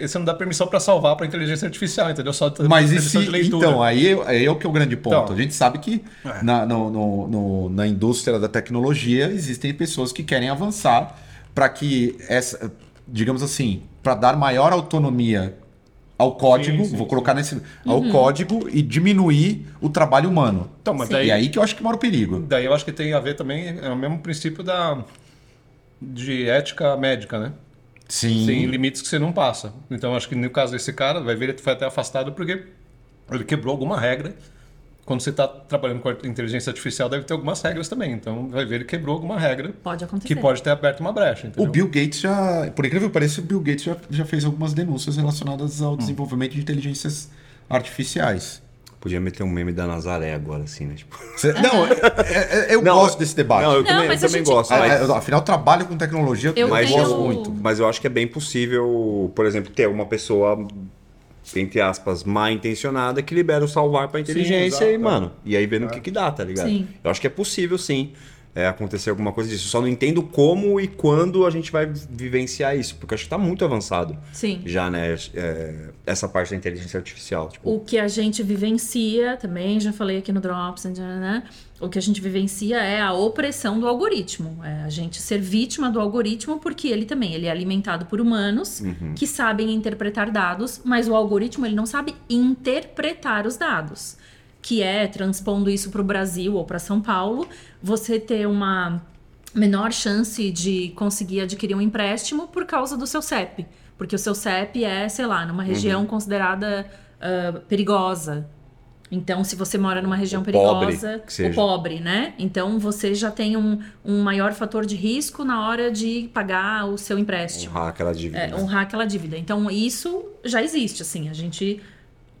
Speaker 3: você não dá permissão pra salvar pra inteligência artificial, entendeu? Só
Speaker 2: Mas e
Speaker 3: permissão
Speaker 2: se, então, aí, aí é o que é o grande ponto.
Speaker 3: Então.
Speaker 2: a gente sabe que na, no- no- no- na indústria da tecnologia existem pessoas que querem avançar para que essa, digamos assim, para dar maior autonomia ao código, vou colocar nesse, ao código e diminuir o trabalho humano.
Speaker 3: Então, mas
Speaker 2: E
Speaker 3: daí,
Speaker 2: aí que eu acho que mora o perigo.
Speaker 3: daí eu acho que tem a ver também, é o mesmo princípio da, de ética médica, né?
Speaker 2: Sim.
Speaker 3: Tem limites que você não passa. Então, acho que no caso desse cara, vai ver, ele foi até afastado porque ele quebrou alguma regra. Quando você está trabalhando com a inteligência artificial, deve ter algumas regras também. Então, vai ver, ele quebrou alguma regra
Speaker 4: Pode acontecer.
Speaker 3: que pode ter aberto uma brecha,
Speaker 2: O
Speaker 3: entendeu?
Speaker 2: Bill Gates já, por incrível que pareça, o Bill Gates já, já fez algumas denúncias relacionadas
Speaker 3: Hum.
Speaker 2: ao desenvolvimento de inteligências artificiais.
Speaker 5: Podia meter um meme da Nazaré agora, assim, né? Tipo...
Speaker 2: Cê- não, é- é- é- eu
Speaker 5: Não,
Speaker 2: gosto desse debate.
Speaker 5: Não, eu
Speaker 4: Não,
Speaker 5: também,
Speaker 4: mas
Speaker 5: eu
Speaker 4: a
Speaker 5: também
Speaker 4: gente-
Speaker 5: gosto.
Speaker 2: É,
Speaker 5: mas-
Speaker 2: é, afinal, eu trabalho com tecnologia,
Speaker 4: Eu
Speaker 2: mas
Speaker 4: tenho-
Speaker 2: gosto muito.
Speaker 5: Mas eu acho que é bem possível, por exemplo, ter uma pessoa, entre aspas, mal intencionada que libera o salvar pra inteligência e,
Speaker 3: exato.
Speaker 5: mano, e aí
Speaker 2: É.
Speaker 5: vendo o que que dá, tá ligado?
Speaker 4: Sim.
Speaker 5: Eu acho que é possível, sim, é, acontecer alguma coisa disso. Eu Só não entendo como e quando a gente vai vivenciar isso, porque eu acho que tá muito avançado
Speaker 4: Sim.
Speaker 5: já, né, é, essa parte da inteligência artificial. Tipo,
Speaker 4: O que a gente vivencia, também já falei aqui no Drops, né? o que a gente vivencia é a opressão do algoritmo. É a gente ser vítima do algoritmo, porque ele também ele é alimentado por humanos que sabem interpretar dados, mas o algoritmo ele não sabe interpretar os dados. Que é, transpondo isso para o Brasil ou para São Paulo, você ter uma menor chance de conseguir adquirir um empréstimo por causa do seu CEP. Porque o seu CEP é, sei lá,
Speaker 5: Uhum.
Speaker 4: numa região considerada ah, perigosa. Então, se você mora numa região
Speaker 5: pobre,
Speaker 4: perigosa,
Speaker 5: que seja.
Speaker 4: o pobre, né? Então, você já tem um, um maior fator de risco na hora de pagar o seu empréstimo
Speaker 5: honrar aquela dívida.
Speaker 4: é,
Speaker 5: né?
Speaker 4: honrar aquela dívida. Então, isso já existe, assim. A gente,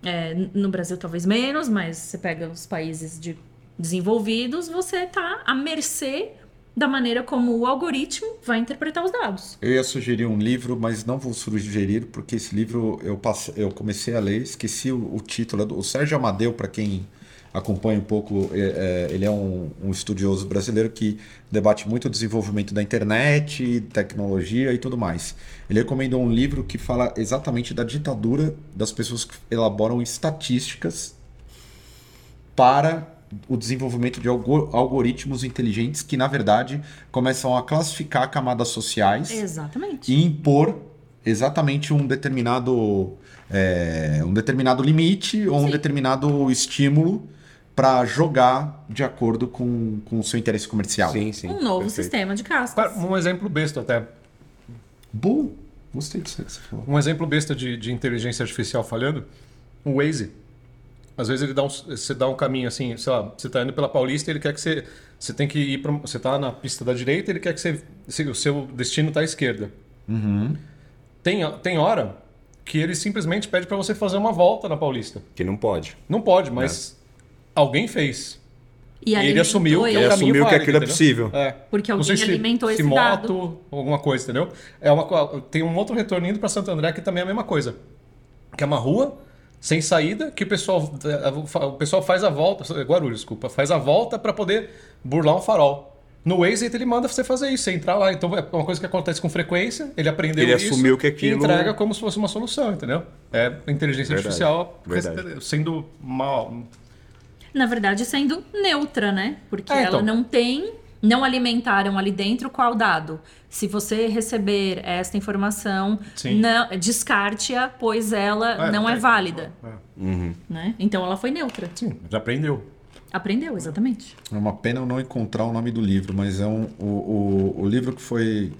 Speaker 4: é, n- no Brasil talvez menos, mas você pega os países de- desenvolvidos, você tá à mercê da maneira como o algoritmo vai interpretar os dados.
Speaker 2: Eu ia sugerir um livro, mas não vou sugerir, porque esse livro eu, passe- eu comecei a ler, esqueci o, o título. é do- O Sérgio Amadeu, para quem acompanha um pouco, é- é, ele é um, um estudioso brasileiro que debate muito o desenvolvimento da internet, tecnologia e tudo mais. Ele recomendou um livro que fala exatamente da ditadura das pessoas que elaboram estatísticas para o desenvolvimento de algo- algoritmos inteligentes que, na verdade, começam a classificar camadas sociais
Speaker 4: Exatamente.
Speaker 2: e impor exatamente um determinado é, um determinado limite ou um
Speaker 4: Sim.
Speaker 2: determinado estímulo para jogar de acordo com, com o seu interesse comercial.
Speaker 5: Sim, sim.
Speaker 4: Um novo
Speaker 5: perfeito.
Speaker 4: sistema de castas.
Speaker 3: Claro, Um exemplo besta até.
Speaker 2: Bom, gostei disso que você falou.
Speaker 3: Um exemplo besta de, de inteligência artificial falhando, o Waze. Às vezes ele dá um, você dá um caminho assim, sei lá, você tá indo pela Paulista, ele quer que você você tem que ir para você tá na pista da direita, ele quer que você se- o seu destino tá à esquerda.
Speaker 5: Uhum.
Speaker 3: Tem tem hora que ele simplesmente pede para você fazer uma volta na Paulista.
Speaker 5: Que não pode.
Speaker 3: Não pode, mas alguém fez.
Speaker 4: E
Speaker 3: E ele
Speaker 4: alimentou
Speaker 3: assumiu que
Speaker 4: ele,
Speaker 3: é um
Speaker 5: É. Ele
Speaker 3: caminho
Speaker 5: assumiu que
Speaker 3: válido,
Speaker 5: aquilo é
Speaker 3: entendeu?
Speaker 5: possível.
Speaker 3: É.
Speaker 4: Porque
Speaker 3: Não
Speaker 4: alguém
Speaker 3: sei se-
Speaker 4: Então, alimentou
Speaker 3: se
Speaker 4: esse
Speaker 3: moto,
Speaker 4: dado.
Speaker 3: alguma coisa, entendeu? É uma, co- tem um outro retorno indo para Santo André que também é a mesma coisa. Que é uma rua sem saída que o pessoal, eh, o pessoal faz a volta, Guarulhos, desculpa, faz a volta para poder burlar um farol. No Waze ele manda você fazer isso, você entrar lá. Então é uma coisa que acontece com frequência, ele aprendeu
Speaker 5: Ele
Speaker 3: isso.
Speaker 5: assumiu que
Speaker 3: E
Speaker 5: aquilo-
Speaker 3: entrega como se fosse uma solução, entendeu? É inteligência
Speaker 5: Verdade,
Speaker 3: artificial
Speaker 5: verdade.
Speaker 3: sendo mal...
Speaker 4: Na verdade, sendo neutra, né? Porque
Speaker 3: É,
Speaker 4: ela
Speaker 3: então.
Speaker 4: não tem. Não alimentaram ali dentro qual dado. Se você receber esta informação,
Speaker 3: Sim.
Speaker 4: não- descarte-a, pois ela
Speaker 3: É,
Speaker 4: não é
Speaker 3: tá,
Speaker 4: válida.
Speaker 3: é.
Speaker 4: né? Então ela foi neutra.
Speaker 3: Sim, já aprendeu.
Speaker 4: Aprendeu, exatamente.
Speaker 2: É uma pena eu não encontrar o nome do livro, mas é um, o, o, o livro que foi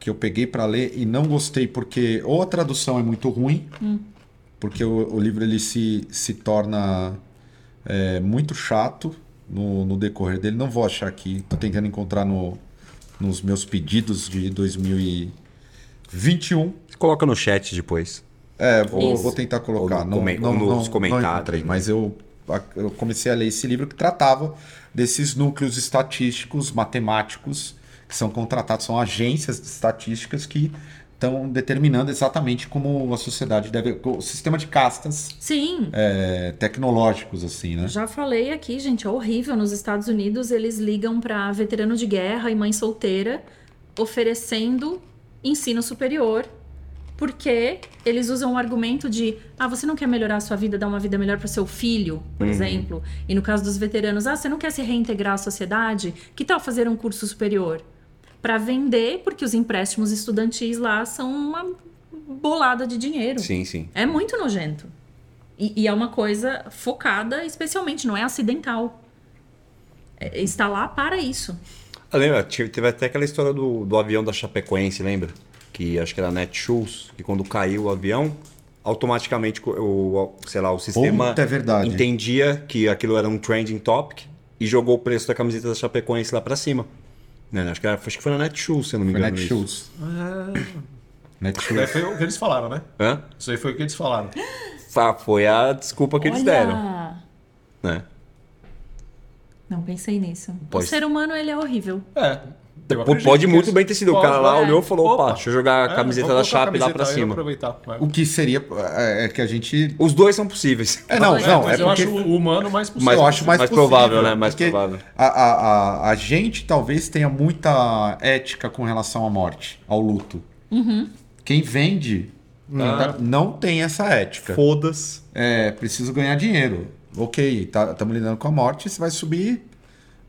Speaker 2: que eu peguei para ler e não gostei porque ou a tradução é muito ruim, porque o, o livro ele se, se torna é, muito chato no, no decorrer dele. Não vou achar aqui, tô tentando encontrar no, nos meus pedidos de 2021.
Speaker 5: Coloca no chat depois.
Speaker 2: É, vou,
Speaker 4: Isso.
Speaker 2: vou tentar colocar.
Speaker 5: Ou no
Speaker 2: não,
Speaker 5: comen-
Speaker 2: não,
Speaker 5: ou nos
Speaker 2: não,
Speaker 5: comentários,
Speaker 2: não encontrei,
Speaker 5: né?
Speaker 2: mas eu, a- eu comecei a ler esse livro que tratava desses núcleos estatísticos, matemáticos, que são contratados, são agências de estatísticas que estão determinando exatamente como a sociedade deve. O sistema de castas
Speaker 4: Sim,
Speaker 2: é, tecnológicos, assim, né?
Speaker 4: já falei aqui, gente, é horrível. Nos Estados Unidos, eles ligam para veterano de guerra e mãe solteira oferecendo ensino superior, porque eles usam o argumento de, ah, você não quer melhorar a sua vida, dar uma vida melhor para seu filho, por exemplo. E no caso dos veteranos, ah, você não quer se reintegrar à sociedade? Que tal fazer um curso superior? Para vender, porque os empréstimos estudantis lá são uma bolada de dinheiro.
Speaker 5: Sim, sim.
Speaker 4: É muito nojento. E, e é uma coisa focada, especialmente, não é acidental. É, está lá para isso.
Speaker 5: Ah, lembra? Tive- Teve até aquela história do, do avião da Chapecoense, lembra? Que acho que era Netshoes, que quando caiu o avião, automaticamente co- o, o- sei lá, o sistema
Speaker 2: Puta, é verdade.
Speaker 5: entendia que aquilo era um trending topic e jogou o preço da camiseta da Chapecoense lá pra cima. Né, né? Acho, que era- acho que foi na Netshoes, se eu não me
Speaker 2: Foi
Speaker 5: engano. isso.
Speaker 2: Netshoes.
Speaker 3: É. Isso daí É, foi o que eles falaram, né?
Speaker 5: Hã?
Speaker 3: Isso aí foi o que eles falaram.
Speaker 5: Fa- Foi a desculpa que eles deram, né?
Speaker 4: Não pensei nisso.
Speaker 5: Pois.
Speaker 4: O ser humano, ele é horrível.
Speaker 3: É. eu
Speaker 5: Pô,
Speaker 3: acredito
Speaker 5: Pode
Speaker 3: que
Speaker 5: muito
Speaker 3: eles-
Speaker 5: bem ter sido. O
Speaker 3: Pode,
Speaker 5: cara lá
Speaker 4: é.
Speaker 5: olhou e falou: opa,
Speaker 3: Opa.
Speaker 5: deixa eu jogar a
Speaker 3: É, vamos
Speaker 5: camiseta da
Speaker 3: colocar a
Speaker 5: Chape lá
Speaker 3: camiseta
Speaker 5: pra
Speaker 3: aí né?
Speaker 5: cima.
Speaker 3: Aproveitar. vai.
Speaker 2: O que seria. É é que a gente.
Speaker 5: Os dois são possíveis.
Speaker 2: É, não,
Speaker 4: É,
Speaker 2: não.
Speaker 3: mas
Speaker 2: É
Speaker 3: eu
Speaker 2: porque.
Speaker 3: acho o humano mais possível.
Speaker 5: *laughs* Mas-
Speaker 2: eu acho mais,
Speaker 5: mais
Speaker 2: possível,
Speaker 5: provável, né? Mais
Speaker 2: porque
Speaker 5: provável.
Speaker 2: A, a, a, a gente talvez tenha muita ética com relação à morte, ao luto. Quem vende não,
Speaker 3: Ah.
Speaker 2: tá- não tem essa ética.
Speaker 5: Foda-se.
Speaker 2: É, preciso ganhar dinheiro. Ok, estamos lidando com a morte, você vai subir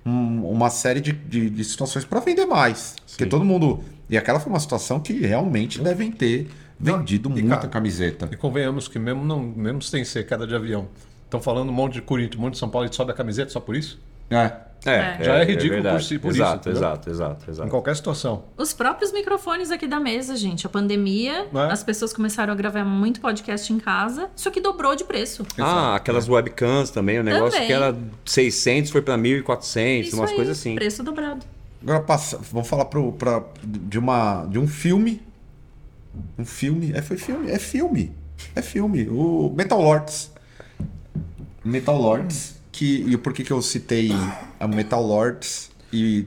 Speaker 2: um- uma série de, de, de situações para vender mais. Porque todo mundo. E aquela foi uma situação que realmente devem ter vendido
Speaker 3: e,
Speaker 2: muita
Speaker 3: cara,
Speaker 2: camiseta.
Speaker 3: E convenhamos que mesmo, não, mesmo sem ser queda de avião, estão falando um monte de Corinthians, um monte de São Paulo e sobe a camiseta só por isso?
Speaker 2: É.
Speaker 5: É,
Speaker 3: Já é ridículo por
Speaker 5: verdade.
Speaker 3: si- por isso,
Speaker 5: exato,
Speaker 3: entendeu?
Speaker 5: Exato, exato,
Speaker 3: Em
Speaker 5: exato.
Speaker 3: qualquer situação.
Speaker 4: Os próprios microfones aqui da mesa, gente. A pandemia,
Speaker 5: é?
Speaker 3: Né?
Speaker 4: as pessoas começaram a gravar muito podcast em casa. Isso aqui dobrou de preço.
Speaker 5: Ah, aquelas webcams também, o negócio
Speaker 4: Também.
Speaker 5: que era 600 foi pra 1.400,
Speaker 4: Isso
Speaker 5: umas
Speaker 4: aí,
Speaker 5: coisas assim.
Speaker 4: Preço dobrado.
Speaker 2: Agora passa, vamos falar pro, pra, de, uma, de um filme. Um filme. É, foi filme. É filme. É filme. O Metal Lords. Metal Lords. Que, e por que, que eu citei a Metal Lords e.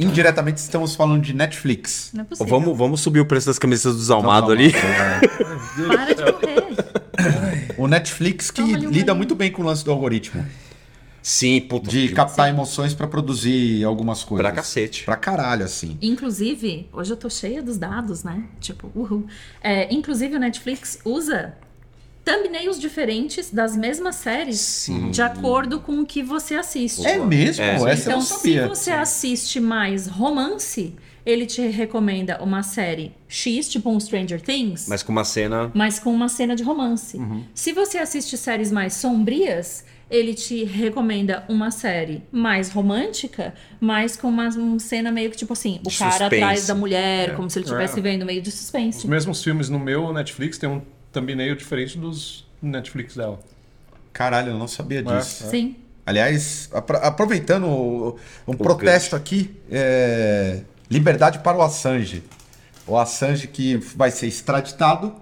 Speaker 2: Indiretamente estamos falando de Netflix.
Speaker 4: Não é possível.
Speaker 5: Vamos, vamos subir o preço das camisetas do
Speaker 2: Não,
Speaker 5: desalmado
Speaker 2: não,
Speaker 5: ali.
Speaker 2: é.
Speaker 4: Para de correr.
Speaker 2: O Netflix que
Speaker 4: Calma, Leonardo.
Speaker 2: lida muito bem com o lance do algoritmo.
Speaker 5: Sim, puta.
Speaker 2: De
Speaker 5: que-
Speaker 2: captar emoções pra produzir algumas coisas.
Speaker 5: Pra cacete.
Speaker 2: Pra caralho, assim.
Speaker 4: Inclusive, hoje eu tô cheia dos dados, né? Tipo, uhul. É, inclusive, o Netflix usa thumbnails diferentes das mesmas séries de acordo com o que você assiste.
Speaker 2: É mesmo?
Speaker 5: É,
Speaker 2: Essa eu
Speaker 4: Então,
Speaker 2: não
Speaker 4: se
Speaker 2: sabia.
Speaker 4: você assiste mais romance, ele te recomenda uma série X, tipo um Stranger Things, mas,
Speaker 5: Mas com uma cena.
Speaker 4: com uma cena de romance.
Speaker 5: Uhum.
Speaker 4: Se você assiste séries mais sombrias, ele te recomenda uma série mais romântica, mas com uma, uma cena meio que tipo assim, o
Speaker 5: De
Speaker 4: cara
Speaker 5: suspense.
Speaker 4: atrás da mulher, como se ele estivesse
Speaker 3: É.
Speaker 4: vendo meio de
Speaker 3: Os
Speaker 4: suspense.
Speaker 3: mesmos filmes no meu Netflix tem um thumbnail diferente dos Netflix dela.
Speaker 2: Caralho, eu não sabia
Speaker 3: É,
Speaker 5: Uhum.
Speaker 2: disso.
Speaker 4: Sim.
Speaker 2: Aliás, apro- aproveitando o- um protesto aqui, é, liberdade para o Assange. O Assange que vai ser extraditado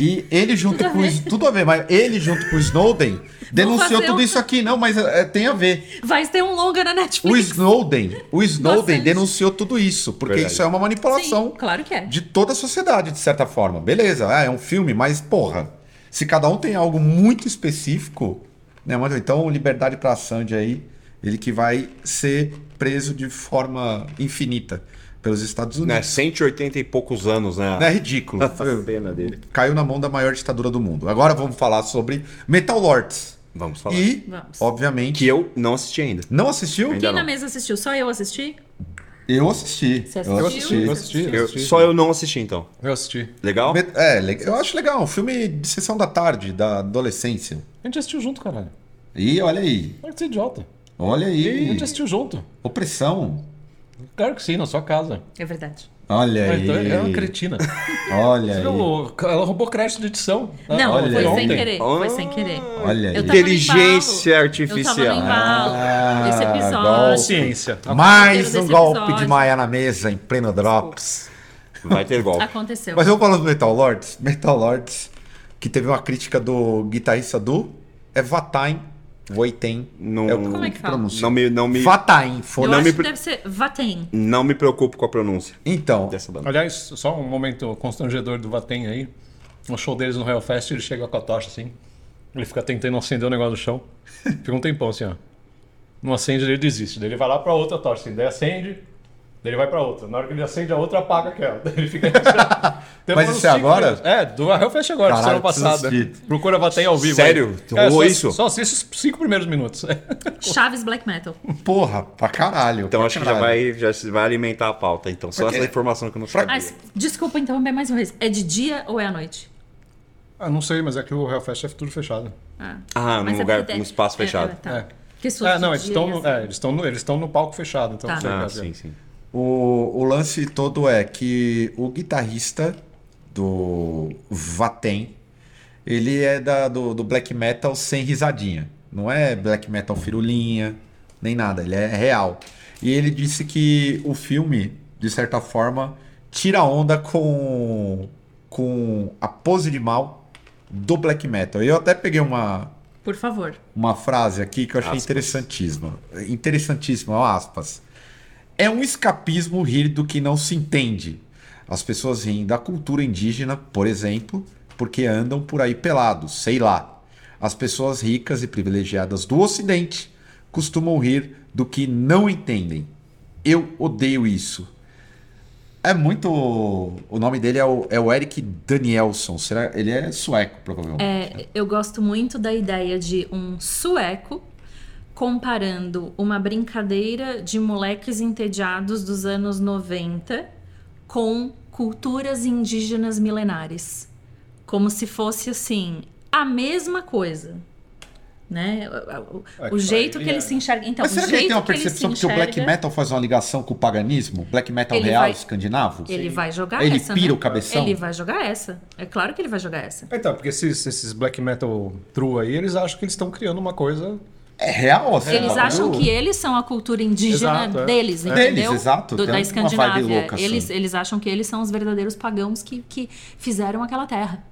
Speaker 2: e ele junto
Speaker 4: Tudo a
Speaker 2: com o
Speaker 4: ver.
Speaker 2: Sn- tudo a ver, mas ele junto com o Snowden denunciou
Speaker 4: fazer
Speaker 2: tudo
Speaker 4: um-
Speaker 2: isso aqui, não, mas é, tem a ver.
Speaker 4: Vai ter um longa na
Speaker 2: O
Speaker 4: Netflix.
Speaker 2: Snowden, o Snowden
Speaker 4: Assange.
Speaker 2: denunciou tudo isso, porque
Speaker 5: Verdade.
Speaker 2: isso é uma
Speaker 4: Sim,
Speaker 2: manipulação
Speaker 4: claro que é.
Speaker 2: de toda a sociedade, de certa forma. Beleza, ah, é um filme, mas porra, se cada um tem algo muito específico, né? Mas, então liberdade pra Sandy aí, ele que vai ser preso de forma infinita pelos Estados
Speaker 5: Né,
Speaker 2: Unidos.
Speaker 5: 180 e poucos anos, né?
Speaker 2: Não é
Speaker 5: *laughs*
Speaker 2: ridículo.
Speaker 5: Essa cena dele.
Speaker 2: Caiu na mão da maior ditadura do mundo. Agora vamos falar sobre Metal Lords.
Speaker 5: Vamos falar.
Speaker 2: E,
Speaker 4: Vamos.
Speaker 2: obviamente,
Speaker 5: Que eu não assisti ainda.
Speaker 2: não assistiu?
Speaker 5: Ainda
Speaker 4: Quem na
Speaker 5: não.
Speaker 4: mesa assistiu? Só eu assisti?
Speaker 2: Eu assisti.
Speaker 4: Você
Speaker 2: Eu
Speaker 4: assistiu?
Speaker 2: assisti.
Speaker 3: Eu assisti, eu
Speaker 5: Eu-
Speaker 3: assisti.
Speaker 5: só eu não assisti, então.
Speaker 3: Eu assisti.
Speaker 5: Legal?
Speaker 2: Met- É, le- eu acho legal. Um filme de sessão da tarde, da adolescência.
Speaker 3: A gente assistiu junto, caralho.
Speaker 2: E olha aí.
Speaker 3: Claro que você é idiota.
Speaker 2: Olha
Speaker 3: A
Speaker 2: aí.
Speaker 3: gente assistiu junto.
Speaker 2: Opressão.
Speaker 3: Claro que sim, na sua casa.
Speaker 4: É verdade.
Speaker 2: Olha
Speaker 3: Ah,
Speaker 2: aí.
Speaker 3: Então é uma cretina.
Speaker 2: Olha
Speaker 3: Você
Speaker 2: aí.
Speaker 3: viu? Ela roubou crédito de edição. Ah,
Speaker 4: Não,
Speaker 2: olha
Speaker 4: foi
Speaker 2: aí.
Speaker 4: sem
Speaker 3: ontem.
Speaker 4: querer. Foi sem querer.
Speaker 2: Olha aí.
Speaker 4: Eu tava
Speaker 5: Ah, Inteligência
Speaker 4: Eu tava
Speaker 5: artificial.
Speaker 4: no embalo.
Speaker 2: Ah,
Speaker 4: esse
Speaker 2: golpe.
Speaker 4: episódio.
Speaker 3: Consciência.
Speaker 2: Mais um
Speaker 4: desse
Speaker 2: golpe
Speaker 4: episódio.
Speaker 2: de Maia na mesa em pleno Drops.
Speaker 5: Vai ter golpe.
Speaker 4: *laughs* Aconteceu.
Speaker 2: Mas eu falo do Metal Lords. Metal Lords, que teve uma crítica do guitarrista do é Vatain. Voitain.
Speaker 5: Não-
Speaker 2: É o
Speaker 4: Como é que fala?
Speaker 2: pronuncia.
Speaker 5: Não me, não, me,
Speaker 2: Vatain.
Speaker 4: Eu
Speaker 2: Foda
Speaker 4: acho
Speaker 5: me
Speaker 4: que
Speaker 5: pre-
Speaker 4: deve ser Vatem.
Speaker 5: não me preocupo com a pronúncia
Speaker 2: Então,
Speaker 5: dessa banda.
Speaker 3: Aliás, só um momento constrangedor do Vatem aí. No show deles no Hellfest, ele chega com a tocha assim. Ele fica tentando acender o negócio no chão. Fica um tempão assim, ó. Não acende, ele desiste. Daí ele vai lá pra outra tocha assim. Daí acende. Daí ele vai pra outra. Na hora que ele acende a outra, apaga aquela. *laughs* Daí ele fica. assim, Tem
Speaker 2: Mas
Speaker 3: uns
Speaker 2: isso é
Speaker 3: cinco
Speaker 2: agora?
Speaker 3: minutos. É, do Hellfest agora,
Speaker 2: Caralho,
Speaker 3: semana
Speaker 2: preciso
Speaker 3: passada.
Speaker 2: assistir.
Speaker 3: Procura Vatem ao vivo.
Speaker 5: Sério?
Speaker 3: aí. É,
Speaker 5: Rolou
Speaker 3: só,
Speaker 5: isso?
Speaker 3: Só assiste os cinco primeiros minutos. *laughs*
Speaker 4: Chaves Black Metal.
Speaker 2: Porra, pra caralho.
Speaker 5: Então
Speaker 2: pra
Speaker 5: acho que já
Speaker 2: caralho.
Speaker 5: vai, já se vai alimentar a pauta, então. Só
Speaker 2: É Porque-
Speaker 5: essa informação que eu não sabia.
Speaker 4: Ah, s- desculpa interromper mais uma vez. É de dia ou é à noite?
Speaker 3: ah, não sei, mas é que o Hellfest é tudo fechado.
Speaker 5: Ah,
Speaker 4: Mas
Speaker 5: num
Speaker 4: é
Speaker 5: lugar,
Speaker 4: porque-
Speaker 5: num espaço
Speaker 4: é,
Speaker 5: fechado.
Speaker 4: É, tá.
Speaker 3: É.
Speaker 4: Porque se fosse
Speaker 3: Ah, não,
Speaker 4: de
Speaker 3: eles
Speaker 4: dia,
Speaker 3: estão
Speaker 4: ia
Speaker 3: no,
Speaker 4: ser-
Speaker 3: é, eles tão no, eles tão no palco fechado. Então
Speaker 4: né? Tá.
Speaker 3: não sei o que
Speaker 5: Ah,
Speaker 3: é.
Speaker 5: sim, sim.
Speaker 2: O, o lance todo é que o guitarrista do Vatem, ele é da, do, do black metal sem risadinha. Não é black metal firulinha, nem nada, ele é real. E ele disse que o filme, de certa forma, tira onda com, com a pose de mal do black metal. Eu até peguei uma,
Speaker 4: Por favor.
Speaker 2: uma frase aqui que eu achei
Speaker 5: Aspas.
Speaker 2: interessantíssima. Interessantíssima, ó, aspas. É um escapismo rir do que não se entende. As pessoas riem da cultura indígena, por exemplo, porque andam por aí pelados, sei lá. As pessoas ricas e privilegiadas do Ocidente costumam rir do que não entendem. Eu odeio isso. É muito. O nome dele é o, é o Eric Danielson. Será? Ele é sueco, provavelmente.
Speaker 4: É, eu gosto muito da ideia de um sueco comparando uma brincadeira de moleques entediados dos anos 90 com culturas indígenas milenares. Como se fosse assim, a mesma coisa. Né? O- o-
Speaker 3: É
Speaker 4: O,
Speaker 3: que
Speaker 4: jeito
Speaker 3: vai-
Speaker 4: que ele se enxerga. Então,
Speaker 2: né? Mas
Speaker 4: o
Speaker 2: será que
Speaker 4: jeito
Speaker 2: ele tem uma
Speaker 4: ele se
Speaker 2: percepção de que o black
Speaker 4: enxerga,
Speaker 2: metal faz uma ligação com o paganismo? Black metal
Speaker 4: Ele
Speaker 2: real
Speaker 4: vai-
Speaker 2: escandinavo?
Speaker 4: Ele vai jogar
Speaker 2: Ele
Speaker 4: essa.
Speaker 2: pira
Speaker 4: né?
Speaker 2: o cabeção?
Speaker 4: Ele vai jogar essa. É claro que ele vai jogar essa.
Speaker 3: Então, porque esses, esses black metal true aí, eles acham que eles estão criando uma coisa.
Speaker 2: É real assim?
Speaker 4: Eles
Speaker 2: o
Speaker 4: acham
Speaker 2: bagulho?
Speaker 4: que é. eles são a cultura indígena
Speaker 3: Exato, é.
Speaker 4: deles,
Speaker 3: É.
Speaker 4: entendeu?
Speaker 2: Deles, exato,
Speaker 4: Do-
Speaker 2: tem
Speaker 4: da
Speaker 2: uma
Speaker 4: Escandinávia.
Speaker 2: vibe louca, assim.
Speaker 4: eles, eles acham que eles são os verdadeiros pagãos que, que fizeram aquela terra.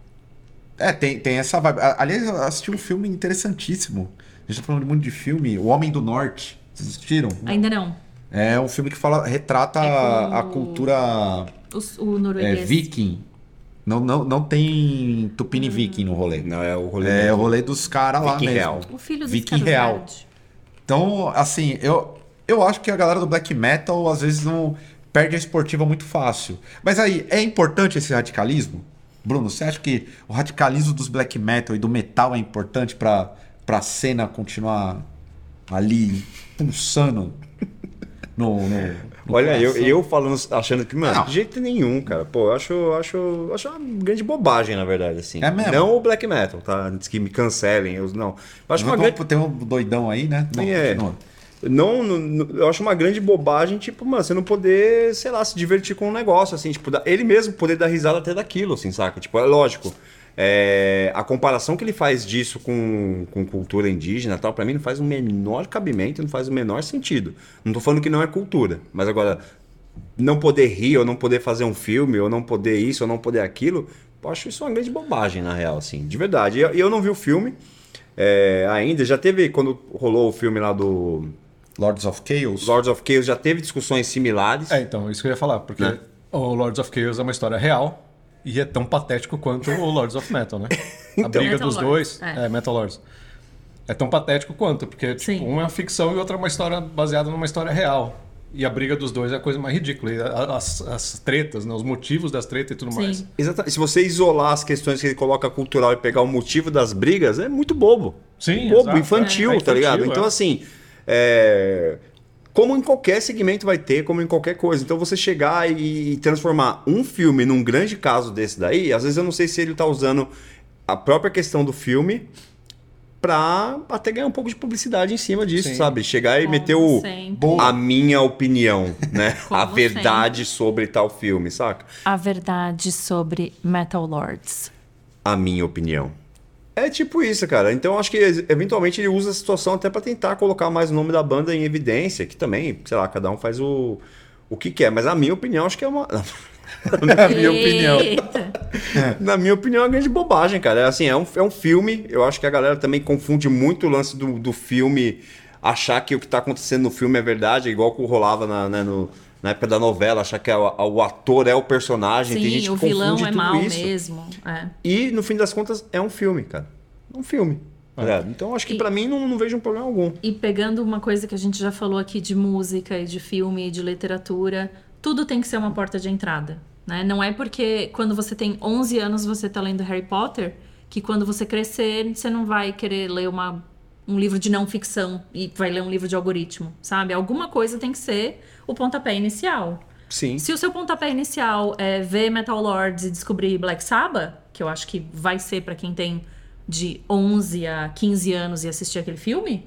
Speaker 2: É, tem, tem essa vibe. A- Aliás, eu assisti um filme interessantíssimo. A gente tá falando muito de filme. O Homem do Norte. Vocês assistiram?
Speaker 4: Ainda não.
Speaker 2: É um filme que fala, retrata
Speaker 4: É com
Speaker 2: a cultura
Speaker 4: Os- O,
Speaker 2: é,
Speaker 4: norueguês.
Speaker 2: viking. Não, não, não tem Tupini viking no rolê.
Speaker 5: Não, é o rolê.
Speaker 2: É
Speaker 5: mesmo.
Speaker 2: o rolê dos caras lá
Speaker 5: Viking
Speaker 2: mesmo.
Speaker 5: real.
Speaker 4: O filho do
Speaker 2: Viking
Speaker 4: Viking
Speaker 2: real. Então, assim, eu, eu acho que a galera do black metal às vezes não perde a esportiva muito fácil. Mas aí, é importante esse radicalismo? Bruno, você acha que o radicalismo dos black metal e do metal é importante pra para cena continuar ali pulsando no, no, no
Speaker 5: Olha, eu,
Speaker 2: coração?
Speaker 5: eu falando, achando que, mano,
Speaker 2: Não.
Speaker 5: de jeito nenhum, cara. Pô, eu acho, eu acho, eu acho uma grande bobagem, na verdade, assim.
Speaker 2: É mesmo?
Speaker 5: Não o black metal, tá? Antes que me cancelem, eu não. Eu acho
Speaker 2: Eu
Speaker 5: uma
Speaker 2: tô-
Speaker 5: grande.
Speaker 2: Tem um doidão aí, né? Não,
Speaker 5: É.
Speaker 2: continua.
Speaker 5: Não, não- não- eu acho uma grande bobagem, tipo, mano, você não poder, sei lá, se divertir com um negócio, assim, tipo, da- ele mesmo poder dar risada até daquilo, assim, saca? Tipo, é lógico. é, a comparação que ele faz disso com, com cultura indígena e tal, pra mim não faz o menor cabimento, não faz o menor sentido. Não tô falando que não é cultura, mas agora, não poder rir, ou não poder fazer um filme, ou não poder isso, ou não poder aquilo, eu acho isso uma grande bobagem, na real, assim, de verdade. E eu, e eu não vi o filme é, ainda, já teve, quando rolou o filme lá do
Speaker 2: Lords of Chaos.
Speaker 5: os Lords of Chaos já teve discussões similares.
Speaker 3: É, então, isso que eu ia falar, porque
Speaker 5: Né?
Speaker 3: o Lords of Chaos é uma história real e é tão patético quanto o Lords of Metal,
Speaker 5: *laughs*
Speaker 3: né?
Speaker 5: Então.
Speaker 3: a briga
Speaker 4: Metal
Speaker 3: dos
Speaker 4: Lords,
Speaker 3: dois
Speaker 4: é.
Speaker 3: é. Metal Lords. É tão patético quanto, porque tipo,
Speaker 4: Sim.
Speaker 3: uma é uma ficção e outra é uma história baseada numa história real. E a briga dos dois é a coisa mais ridícula. E a- as, as tretas, né? os motivos das tretas e tudo
Speaker 4: Sim.
Speaker 3: mais.
Speaker 5: Exatamente. Se você isolar as questões que ele coloca cultural e pegar o motivo das brigas, é muito bobo.
Speaker 3: Sim,
Speaker 5: bobo,
Speaker 3: exato.
Speaker 5: infantil,
Speaker 3: É, é
Speaker 5: tá ligado?
Speaker 3: infantil,
Speaker 5: Então,
Speaker 3: é.
Speaker 5: assim, é, como em qualquer segmento vai ter, como em qualquer coisa. Então, você chegar e, e transformar um filme num grande caso desse daí, às vezes eu não sei se ele tá usando a própria questão do filme pra até ganhar um pouco de publicidade em cima disso,
Speaker 3: Sim.
Speaker 5: sabe?
Speaker 3: É,
Speaker 5: Chegar e
Speaker 4: Como
Speaker 5: meter o...
Speaker 4: sempre.
Speaker 5: a minha opinião, né?
Speaker 4: Como
Speaker 5: a verdade sobre tal filme, saca?
Speaker 4: A verdade sobre Metal Lords.
Speaker 5: A minha opinião. É tipo isso, cara. Então acho que eventualmente ele usa a situação até pra tentar colocar mais o nome da banda em evidência, que também, sei lá, cada um faz o, o que quer. Mas a minha opinião, acho que é uma. *laughs* Na minha opinião.
Speaker 4: Eita.
Speaker 5: Na minha opinião, é uma grande bobagem, cara. É Assim, é um, é um filme. Eu acho que a galera também confunde muito o lance do, do filme, achar que o que tá acontecendo no filme é verdade, é igual que rolava na, né, no- na época da novela, achar que a- a- o ator é o personagem. Tem gente
Speaker 4: Sim,
Speaker 5: que
Speaker 4: o vilão
Speaker 5: confunde
Speaker 4: é
Speaker 5: tudo
Speaker 4: mau
Speaker 5: isso.
Speaker 4: mesmo. É.
Speaker 5: E no fim das contas, é um filme, cara. É Um filme. É, então acho que
Speaker 4: E-
Speaker 5: pra mim não, não vejo um problema algum.
Speaker 4: E pegando uma coisa que a gente já falou aqui de música e de filme e de literatura, tudo tem que ser uma porta de entrada, né? Não é porque quando você tem 11 anos você tá lendo Harry Potter que quando você crescer você não vai querer ler uma, um livro de não ficção e vai ler um livro de algoritmo, sabe? Alguma coisa tem que ser o pontapé inicial.
Speaker 5: assim, Sim.
Speaker 4: Se o seu pontapé inicial é ver Metal Lords e descobrir Black Sabbath, que eu acho que vai ser pra quem tem de 11 a 15 anos e assistir aquele filme,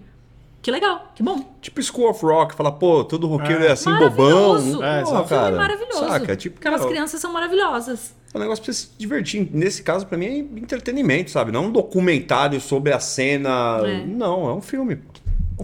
Speaker 4: que legal, que bom.
Speaker 5: Tipo School of Rock, falar, pô, todo roqueiro é, assim, bobão.
Speaker 4: maravilhoso.
Speaker 5: Pô,
Speaker 4: É,
Speaker 3: exato.
Speaker 4: o filme é maravilhoso.
Speaker 5: Saca? Tipo,
Speaker 4: Aquelas
Speaker 5: meu,
Speaker 4: crianças são maravilhosas.
Speaker 5: É um negócio pra você se divertir. Nesse caso, pra mim, é entretenimento, sabe? Não um documentário sobre a cena.
Speaker 4: É.
Speaker 5: Não, é um filme. Um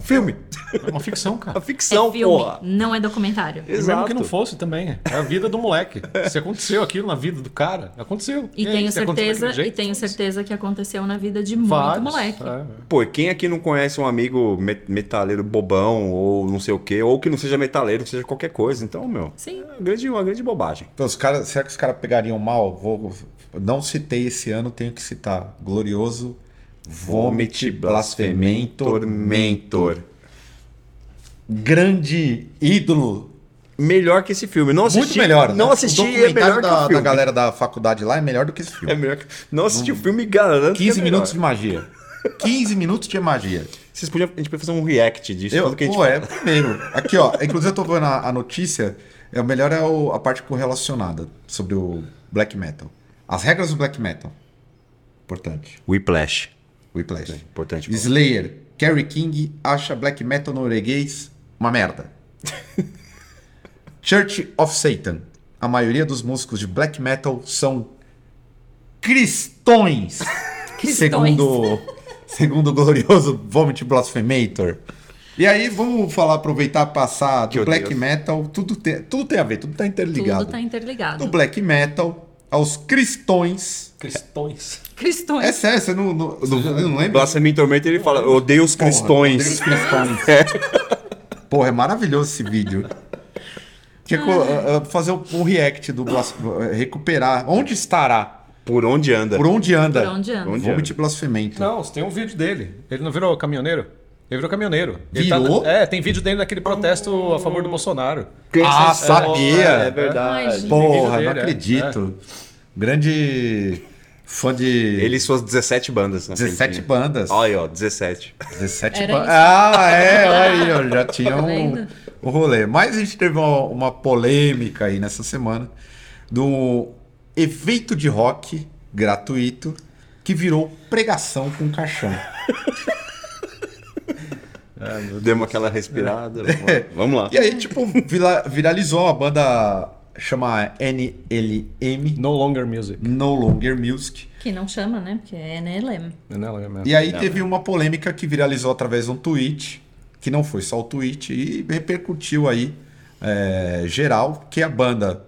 Speaker 4: *laughs*
Speaker 5: filme.
Speaker 3: É uma ficção,
Speaker 5: A
Speaker 3: cara.
Speaker 5: ficção,
Speaker 4: é filme,
Speaker 5: porra.
Speaker 4: não é documentário.
Speaker 5: *laughs* Exato.
Speaker 3: Mesmo que não fosse também. É a vida do moleque. Se aconteceu aquilo na vida do cara, aconteceu.
Speaker 4: E,
Speaker 3: aí,
Speaker 4: tenho
Speaker 3: se aconteceu
Speaker 4: certeza,
Speaker 3: daquele jeito,
Speaker 4: e tenho certeza que aconteceu na vida de
Speaker 3: vários,
Speaker 4: muito moleque.
Speaker 3: é.
Speaker 5: Pô, e quem aqui não conhece um amigo me- metaleiro bobão ou não sei o quê, ou que não seja metaleiro, que seja qualquer coisa? Então, meu,
Speaker 4: Sim.
Speaker 5: é uma grande, uma grande bobagem.
Speaker 2: Então, os caras, será que os caras pegariam mal? Vou, não citei esse ano, tenho que citar. Glorioso, Vomit, Blasfementor, Mentor. Grande ídolo.
Speaker 5: Melhor que esse filme. Não assisti.
Speaker 2: Muito melhor.
Speaker 5: Não
Speaker 2: né?
Speaker 5: assisti
Speaker 2: o
Speaker 5: é
Speaker 2: documentário
Speaker 5: melhor que o
Speaker 2: da,
Speaker 5: filme.
Speaker 2: da galera da faculdade lá é melhor do que esse filme.
Speaker 5: É melhor que... Não assisti o filme, garanto. que é
Speaker 2: 15
Speaker 5: melhor.
Speaker 2: minutos de magia. 15 minutos de magia.
Speaker 5: Vocês podiam, a gente podia fazer um react disso.
Speaker 2: Eu,
Speaker 5: tudo que a gente
Speaker 2: pô, é primeiro. Aqui, ó. Inclusive, eu tô vendo a, a notícia. É, o melhor é o- a parte correlacionada sobre o black metal. As regras do black metal. Importante.
Speaker 5: Whiplash.
Speaker 2: Whiplash.
Speaker 5: Importante. pô.
Speaker 2: Slayer. Kerry King acha black metal norueguês uma *laughs* merda. Church of Satan. A maioria dos músicos de black metal são cristões.
Speaker 4: Cristões. *laughs*
Speaker 2: Segundo, segundo o glorioso Vomit Blasphemator. E aí, vamos falar, aproveitar, passar do
Speaker 5: Meu
Speaker 2: black
Speaker 5: Deus.
Speaker 2: metal. Tudo tem, tudo tem a ver, tudo tá interligado.
Speaker 4: Tudo tá interligado.
Speaker 2: Do black metal aos cristões.
Speaker 3: Cristões.
Speaker 4: Cristões.
Speaker 2: É sério, você não, não, não, não lembra?
Speaker 5: Blasphemy e Tormenta, ele fala, eu odeio os cristões.
Speaker 2: é Porra, cristões. Porra, é maravilhoso esse vídeo. Tinha que ah, ah, fazer o, o react do Blas- eh, recuperar. Onde estará?
Speaker 5: *laughs* Por onde anda?
Speaker 2: Por onde anda?
Speaker 4: Por onde anda?
Speaker 5: Onde
Speaker 2: Vomit Blasfemento.
Speaker 3: Não, tem um vídeo dele. Ele não virou caminhoneiro? Ele virou caminhoneiro. Ele
Speaker 2: Virou?
Speaker 3: Tá, é, tem vídeo dele naquele protesto a favor do Bolsonaro.
Speaker 2: Ah,
Speaker 3: É,
Speaker 2: sabia!
Speaker 5: Tá
Speaker 4: Ai, gente.
Speaker 2: Porra,
Speaker 3: dele,
Speaker 2: não
Speaker 3: é.
Speaker 2: acredito. Grande fã de
Speaker 5: É. Ele e suas 17 bandas. né,
Speaker 2: 17
Speaker 5: Pintinho?
Speaker 2: bandas.
Speaker 5: Olha aí, ó, 17.
Speaker 2: 17
Speaker 4: Era
Speaker 2: ba-
Speaker 4: isso.
Speaker 2: Ah, é, olha aí, ó, já tinha
Speaker 4: *laughs* Tá
Speaker 2: um,
Speaker 4: vendo?
Speaker 2: um rolê. Mas a gente teve uma, uma polêmica aí nessa semana do evento de rock gratuito que virou pregação com caixão.
Speaker 5: Demos aquela respirada. Vamos lá.
Speaker 2: É. E aí, tipo, vila- viralizou a banda chama NLM,
Speaker 3: No Longer Music.
Speaker 2: No Longer Music.
Speaker 4: Que não chama, né? Porque é NLM.
Speaker 2: E aí
Speaker 5: Não,
Speaker 2: teve uma polêmica que viralizou através de um tweet, que não foi só o tweet, e repercutiu aí é, geral, que a banda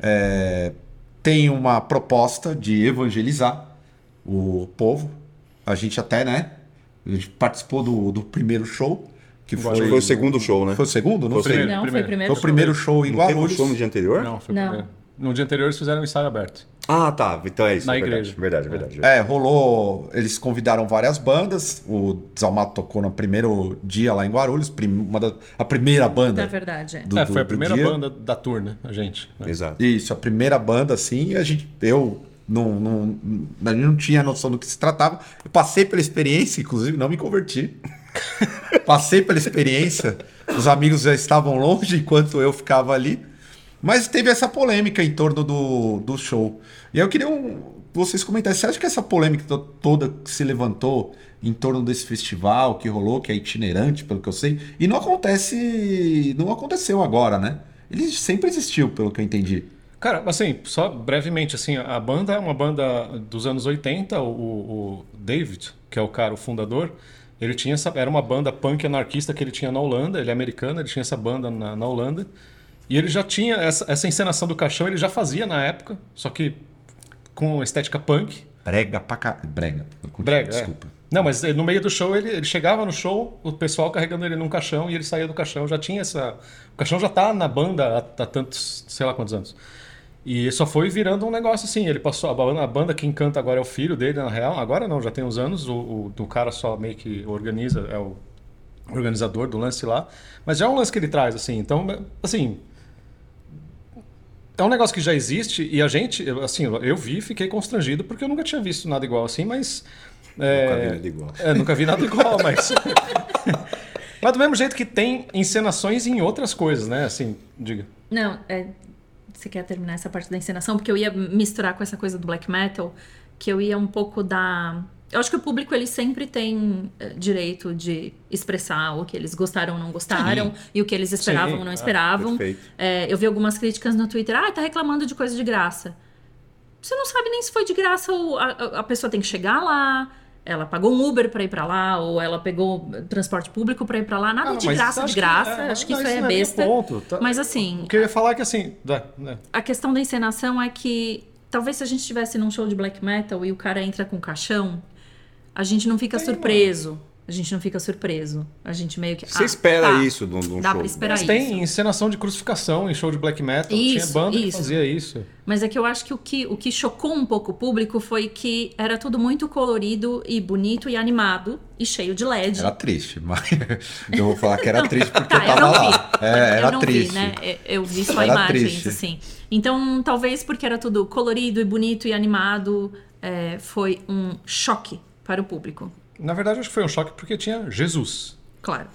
Speaker 2: é, tem uma proposta de evangelizar o povo. A gente até, né? A gente participou do, do primeiro show, que
Speaker 3: Eu
Speaker 2: foi,
Speaker 3: acho que
Speaker 5: Foi o segundo show, né?
Speaker 2: Foi o segundo? Não
Speaker 5: Foi o
Speaker 2: sei.
Speaker 5: segundo.
Speaker 4: Não, foi o
Speaker 3: primeiro.
Speaker 4: primeiro.
Speaker 2: Foi o primeiro show em
Speaker 5: Não teve o
Speaker 2: Guarulhos.
Speaker 5: show no dia anterior?
Speaker 3: Não, foi o
Speaker 4: Não.
Speaker 3: primeiro. No dia anterior eles fizeram um ensaio aberto.
Speaker 5: Ah, tá. Então é isso.
Speaker 3: Na
Speaker 5: é verdade,
Speaker 3: igreja.
Speaker 5: Verdade, verdade. verdade.
Speaker 2: É, rolou. Eles convidaram várias bandas. O Desalmato tocou no primeiro dia lá em Guarulhos, prim- uma da- a primeira
Speaker 4: Na
Speaker 2: banda.
Speaker 4: verdade, é.
Speaker 2: do-
Speaker 3: é,
Speaker 2: do-
Speaker 3: foi a
Speaker 2: do
Speaker 3: primeira
Speaker 2: dia.
Speaker 3: banda da tour, né? A gente.
Speaker 2: É.
Speaker 3: né?
Speaker 5: Exato.
Speaker 2: Isso, a primeira banda, assim, a gente, eu não, não, a gente não tinha noção do que se tratava. Eu passei pela experiência, inclusive, não me converti. passei pela experiência, os amigos já estavam longe enquanto eu ficava ali. Mas teve essa polêmica em torno do, do show. E eu queria um, vocês comentassem, você acha que essa polêmica to- toda que se levantou em torno desse festival que rolou, que é itinerante, pelo que eu sei, e não acontece, não aconteceu agora, né? Ele sempre existiu, pelo que eu entendi.
Speaker 3: Cara, assim, só brevemente, assim, a banda é uma banda dos anos 80, o, o David, que é o cara, o fundador, ele tinha essa, era uma banda punk anarquista que ele tinha na Holanda, ele é americano, ele tinha essa banda na, na Holanda, e ele já tinha essa, essa encenação do caixão, ele já fazia na época, só que com estética punk,
Speaker 2: Brega pra ca... Brega. Continua,
Speaker 3: Brega,
Speaker 2: Desculpa.
Speaker 3: é. Não, mas eh, no meio do show, ele, ele chegava no show, o pessoal carregando ele num caixão e ele saía do caixão. Já tinha essa. O caixão já tá na banda há, há tantos, sei lá quantos anos. E só foi virando um negócio assim. Ele passou. A banda, a banda quem canta agora é o filho dele, na real. Agora não, já tem uns anos. O, o, o cara só meio que organiza, é o organizador do lance lá. Mas já é um lance que ele traz, assim. Então, assim. É um negócio que já existe e a gente, eu- assim, eu vi e fiquei constrangido porque eu nunca tinha visto nada igual assim, mas. é,
Speaker 5: vi nada igual.
Speaker 3: É, nunca vi nada *laughs* igual, mas. mas do mesmo jeito que tem encenações em outras coisas, né? Assim, diga.
Speaker 4: Não, é, você quer terminar essa parte da encenação? Porque eu ia misturar com essa coisa do black metal, que eu ia um pouco da. Eu acho que o público ele sempre tem eh, direito de expressar o que eles gostaram ou não gostaram e o que eles esperavam
Speaker 3: Sim,
Speaker 4: ou não
Speaker 3: ah,
Speaker 4: esperavam.
Speaker 5: perfeito.
Speaker 4: É, eu vi algumas críticas no Twitter, ah, tá reclamando de coisa de graça. Você não sabe nem se foi de graça ou a, a- a pessoa tem que chegar lá, ela pagou um Uber pra ir pra lá, ou ela pegou eh, transporte público pra ir pra lá, nada
Speaker 3: Ah,
Speaker 4: Tá de
Speaker 3: mas
Speaker 4: graça,
Speaker 3: acho
Speaker 4: de
Speaker 3: que-
Speaker 4: graça.
Speaker 3: é,
Speaker 4: acho que
Speaker 3: não,
Speaker 4: isso,
Speaker 3: isso
Speaker 4: é
Speaker 3: não é meu
Speaker 4: besta.
Speaker 3: ponto, tá?
Speaker 4: Mas assim,
Speaker 3: O que eu ia falar é que assim. dá, né?
Speaker 4: a questão da encenação é que talvez se a gente estivesse num show de black metal e o cara entra com um caixão, a gente não fica surpreso. A gente não fica surpreso. A gente meio que.
Speaker 5: Você
Speaker 4: ah,
Speaker 5: espera
Speaker 4: tá.
Speaker 5: isso de um de um
Speaker 4: Dá
Speaker 5: show.
Speaker 4: pra esperar
Speaker 3: Mas
Speaker 4: isso.
Speaker 3: tem encenação de crucificação em show de black metal.
Speaker 4: Isso,
Speaker 3: Tinha banda que
Speaker 4: isso.
Speaker 3: fazia isso.
Speaker 4: Mas é que eu acho que o, que o que chocou um pouco o público foi que era tudo muito colorido e bonito e animado e cheio de LED.
Speaker 2: Era triste, mas *laughs* eu vou falar que era triste porque
Speaker 4: Tá,
Speaker 2: eu
Speaker 4: eu
Speaker 2: tava
Speaker 4: não
Speaker 2: lá.
Speaker 4: vi.
Speaker 2: É,
Speaker 4: eu
Speaker 2: era
Speaker 4: não
Speaker 2: triste.
Speaker 4: vi, né? É, Eu vi só
Speaker 2: Era
Speaker 4: imagens,
Speaker 2: triste.
Speaker 4: assim. Então, talvez porque era tudo colorido e bonito e animado, é, foi um choque para o público.
Speaker 3: Na verdade, acho que foi um choque porque tinha Jesus.
Speaker 4: Claro.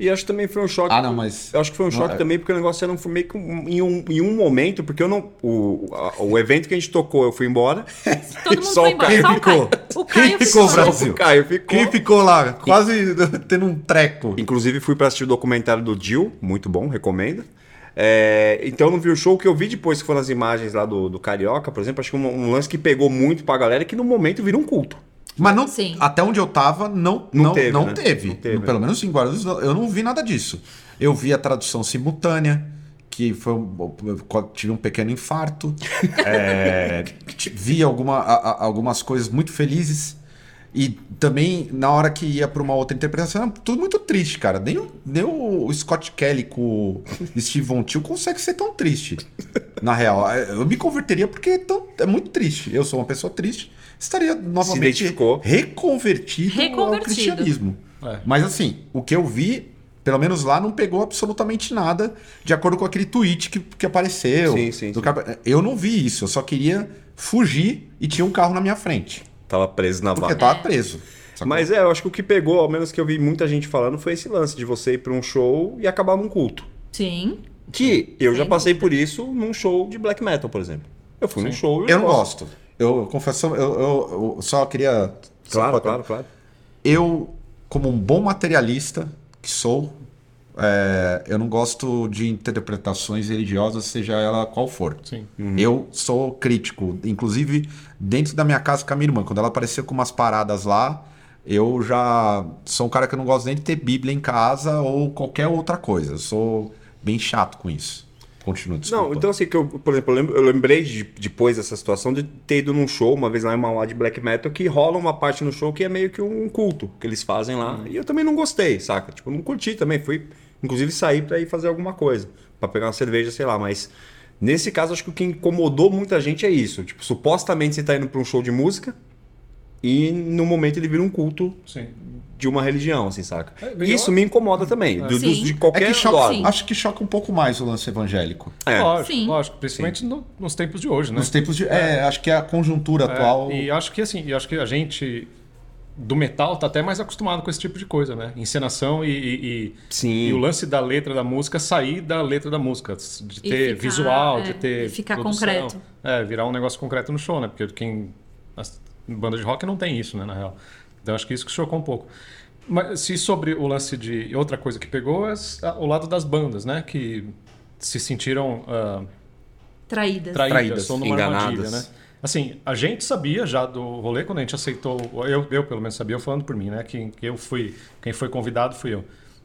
Speaker 5: E acho que também foi um choque.
Speaker 2: Ah, não, mas-
Speaker 5: Eu acho que foi um
Speaker 2: Não,
Speaker 5: choque
Speaker 2: é-
Speaker 5: também, porque o negócio era um, meio que um- em, um, em um momento, porque eu não. O, a- o evento que a gente tocou, eu
Speaker 2: *laughs*
Speaker 5: fui embora.
Speaker 4: Todo mundo
Speaker 5: Só
Speaker 4: foi
Speaker 5: o
Speaker 4: embora.
Speaker 5: Caio
Speaker 4: Só o Caio.
Speaker 2: ficou.
Speaker 4: O Caio
Speaker 2: Quem ficou,
Speaker 4: ficou.
Speaker 2: Brasil?
Speaker 5: O Caio ficou.
Speaker 2: Quem ficou lá? Quase *laughs* tendo um treco.
Speaker 5: Inclusive, fui pra assistir o documentário do Jill, muito bom, recomendo. É, então não vi o show o que eu vi depois, que foram as imagens lá do, do Carioca, por exemplo, acho que um, um lance que pegou muito pra galera que no momento virou um culto.
Speaker 2: Mas não,
Speaker 4: Sim.
Speaker 2: até onde eu tava, não, não,
Speaker 5: Não
Speaker 2: não,
Speaker 5: teve,
Speaker 2: teve,
Speaker 5: né? Não teve.
Speaker 2: Pelo menos em Guarulhos, não- eu não vi nada disso. Eu vi a tradução simultânea, que foi um, eu tive um pequeno infarto. É, t- vi alguma, a- a- algumas coisas muito felizes. E também, na hora que ia pra uma outra interpretação, era tudo muito triste, cara. Nem, o- nem o Scott Kelly com o Steve Von Till consegue ser tão triste. Na real, É, eu me converteria porque é, tão- é muito triste. Eu sou uma pessoa triste. Estaria novamente
Speaker 5: identificou.
Speaker 2: reconvertido, ao
Speaker 4: Reconvertido.
Speaker 2: cristianismo.
Speaker 3: É.
Speaker 2: Mas assim, o que eu vi, pelo menos lá, não pegou absolutamente nada, de acordo com aquele tweet que, que apareceu.
Speaker 5: Sim, sim,
Speaker 2: do
Speaker 5: sim.
Speaker 2: cara- Eu não vi isso, eu só queria fugir e tinha um carro na minha frente.
Speaker 5: Tava preso na
Speaker 2: Porque
Speaker 5: vaga.
Speaker 2: eu tava preso. sacou?
Speaker 5: Ah, Mas é, eu acho que o que pegou, ao menos que eu vi muita gente falando, foi esse lance de você ir pra um show e acabar num culto.
Speaker 4: Sim.
Speaker 5: Que eu já
Speaker 4: Sem
Speaker 5: passei por isso num show de black metal, por exemplo. Eu fui num show e
Speaker 2: eu não gosto. Eu, eu confesso, eu, eu- eu só queria.
Speaker 5: Claro,
Speaker 2: só-
Speaker 5: claro, claro.
Speaker 2: Eu, como um bom materialista que sou, é, eu não gosto de interpretações religiosas, seja ela qual for.
Speaker 3: Sim.
Speaker 5: Uhum.
Speaker 2: Eu sou crítico. Inclusive, dentro da minha casa com a minha irmã, quando ela apareceu com umas paradas lá, eu já sou um cara que eu não gosto nem de ter Bíblia em casa ou qualquer outra coisa. Eu sou bem chato com isso. Continua, desculpa. É
Speaker 5: Não, então assim, que eu, por exemplo, eu lembro- eu lembrei de- depois dessa situação de ter ido num show, uma vez lá em Mauá de black metal, que rola uma parte no show que é meio que um culto que eles fazem lá. E eu também não gostei, saca? Tipo, eu não curti também. Fui, inclusive, sair pra ir fazer alguma coisa, pra pegar uma cerveja, sei lá. Mas nesse caso, acho que o que incomodou muita gente é isso. Tipo, supostamente você tá indo pra um show de música e no momento ele vira um culto
Speaker 3: Sim.
Speaker 5: de uma religião, assim, saca?
Speaker 3: É, bem-
Speaker 5: Isso me incomoda também, do-
Speaker 4: Sim.
Speaker 5: do- de qualquer
Speaker 2: é que choca,
Speaker 5: lado.
Speaker 4: Sim.
Speaker 2: acho que choca um pouco mais o lance evangélico.
Speaker 5: É.
Speaker 3: Lógico,
Speaker 4: Sim.
Speaker 3: lógico. Principalmente no- nos tempos de hoje, né?
Speaker 2: Nos tempos de. É, acho que a conjuntura
Speaker 3: É,
Speaker 2: atual.
Speaker 3: E acho que assim, eu acho que a gente do metal tá até mais acostumado com esse tipo de coisa, né? Encenação e, e- e-
Speaker 5: Sim.
Speaker 3: e o lance da letra da música sair da letra da música, de
Speaker 4: E
Speaker 3: ter
Speaker 4: ficar,
Speaker 3: visual,
Speaker 4: é,
Speaker 3: de ter
Speaker 4: e ficar concreto.
Speaker 3: é virar um negócio concreto no show, né? Porque quem as bandas de rock não tem isso, né? Na real, então acho que isso que chocou um pouco. Mas se sobre o lance de outra coisa que pegou é s- a- o lado das bandas, né? Que se sentiram ah,
Speaker 4: Traídas.
Speaker 3: traídas,
Speaker 2: Traídas,
Speaker 3: ou numa
Speaker 5: enganadas.
Speaker 3: armadilha, né? Assim, a gente sabia já do rolê quando a gente aceitou, eu, eu pelo menos sabia, eu falando por mim, né? Que, que eu fui, quem foi convidado fui eu.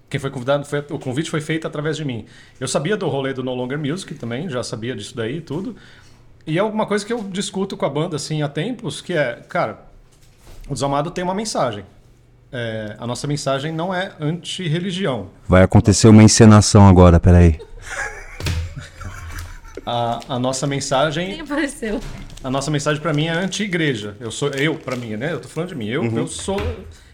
Speaker 3: Quem foi convidado, foi, o convite foi feito através de mim. Eu sabia do rolê do No Longer Music também, já sabia disso daí e tudo. E é uma coisa que eu discuto com a banda, assim, há tempos, que é, cara, o Desalmado tem uma mensagem. É, a nossa mensagem não é anti-religião.
Speaker 5: Vai acontecer uma encenação agora, peraí.
Speaker 3: a, a nossa mensagem
Speaker 4: Nem apareceu.
Speaker 3: a nossa mensagem pra mim é anti-igreja. Eu sou eu pra mim, né? Eu tô falando de mim.
Speaker 2: Uhum.
Speaker 3: Eu, eu sou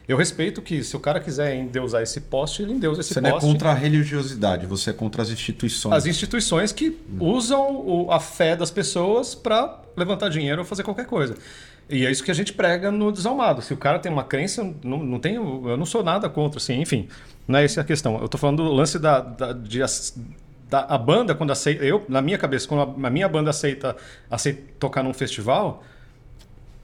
Speaker 3: eu respeito que se o cara quiser endeusar esse poste, ele endeusa esse
Speaker 2: Você não é
Speaker 3: poste.
Speaker 2: contra a religiosidade, você é contra as instituições. *laughs*
Speaker 3: As instituições que
Speaker 2: Uhum.
Speaker 3: usam o- a fé das pessoas pra levantar dinheiro ou fazer qualquer coisa. E é isso que a gente prega no Desalmado. Se o cara tem uma crença, eu não, não tenho, eu não sou nada contra, assim, enfim. Não é essa a questão. Eu tô falando do lance da, da- de as- da- a banda, quando aceita. Eu, na minha cabeça, quando a, a minha banda aceita, aceita tocar num festival,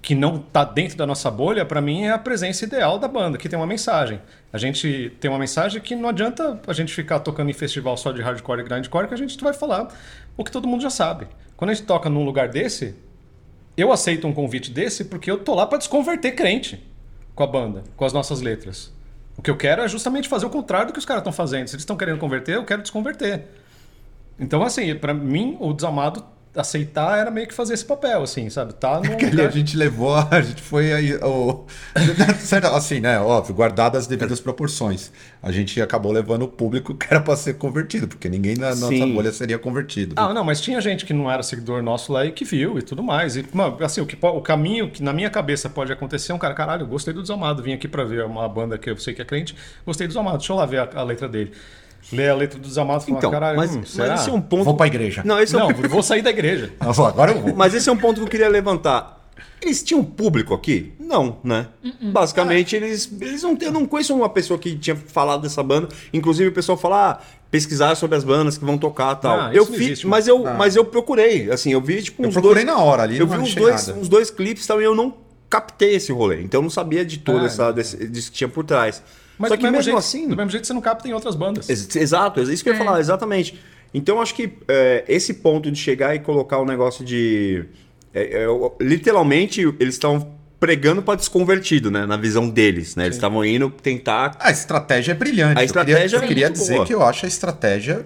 Speaker 3: que não tá dentro da nossa bolha, pra mim é a presença ideal da banda, que tem uma mensagem. A gente tem uma mensagem que não adianta a gente ficar tocando em festival só de hardcore e grindcore, que a gente vai falar o que todo mundo já sabe. Quando a gente toca num lugar desse, eu aceito um convite desse porque eu tô lá pra desconverter crente com a banda, com as nossas letras. O que eu quero é justamente fazer o contrário do que os caras estão fazendo. Se eles estão querendo converter, eu quero desconverter. Então, assim, pra mim, o desalmado aceitar era meio que fazer esse papel, assim, sabe? Tá num
Speaker 2: É Que ali
Speaker 3: lugar-
Speaker 2: a gente levou, a gente foi aí. O... *laughs* certo, assim, né? Óbvio, guardadas as devidas proporções. A gente acabou levando o público que era pra ser convertido, porque ninguém na nossa
Speaker 5: Sim. um
Speaker 2: bolha seria convertido.
Speaker 3: Ah, não, mas tinha gente que não era seguidor nosso lá e que viu e tudo mais. E, mano, assim, o, que, po- o caminho que na minha cabeça pode acontecer é um cara, caralho, eu gostei do Desalmado, vim aqui pra ver uma banda que eu sei que é crente, gostei do Desalmado, deixa eu lá ver a, a letra dele. Ler a letra do Desalmado e falar,
Speaker 5: Então,
Speaker 3: caralho,
Speaker 5: mas,
Speaker 3: hum,
Speaker 5: mas
Speaker 3: será?
Speaker 5: esse é um ponto.
Speaker 2: Vou pra igreja.
Speaker 5: Não, esse é um-
Speaker 3: Não, vou sair da igreja.
Speaker 2: Ela falou, agora eu vou.
Speaker 5: *laughs* Mas esse é um ponto que eu queria levantar. Eles tinham público aqui? Não, né? Basicamente, eles, eles não têm. Eu não conheço uma pessoa que tinha falado dessa banda. Inclusive, o pessoal fala, ah, pesquisar sobre as bandas que vão tocar tal.
Speaker 3: Ah, isso
Speaker 5: eu
Speaker 3: não
Speaker 5: fiz,
Speaker 3: existe,
Speaker 5: mas eu, mas eu procurei. Assim, eu vi tipo
Speaker 2: Eu
Speaker 5: uns
Speaker 2: procurei
Speaker 5: dois.
Speaker 2: na hora ali,
Speaker 5: Eu
Speaker 2: não
Speaker 5: vi uns
Speaker 2: achei
Speaker 5: dois,
Speaker 2: nada.
Speaker 5: uns dois clipes e tal, e eu não captei esse rolê. Então eu não sabia de todo
Speaker 3: Ah,
Speaker 5: essa, desse, disso que tinha por trás.
Speaker 3: Mas
Speaker 5: Só
Speaker 3: do
Speaker 5: que mesmo
Speaker 3: jeito,
Speaker 5: assim.
Speaker 3: Do mesmo jeito você não capta em outras bandas.
Speaker 5: Ex- Exato, é isso que eu ia falar, exatamente. Então, acho que é, esse ponto de chegar e colocar o negócio de. é, é, o- literalmente, eles estavam pregando para desconvertido, né? Na visão deles, né? Eles estavam indo tentar.
Speaker 2: A estratégia é brilhante.
Speaker 5: A
Speaker 2: eu
Speaker 5: estratégia
Speaker 2: queria,
Speaker 5: é
Speaker 2: eu queria
Speaker 5: muito
Speaker 2: dizer
Speaker 5: boa.
Speaker 2: que eu acho a estratégia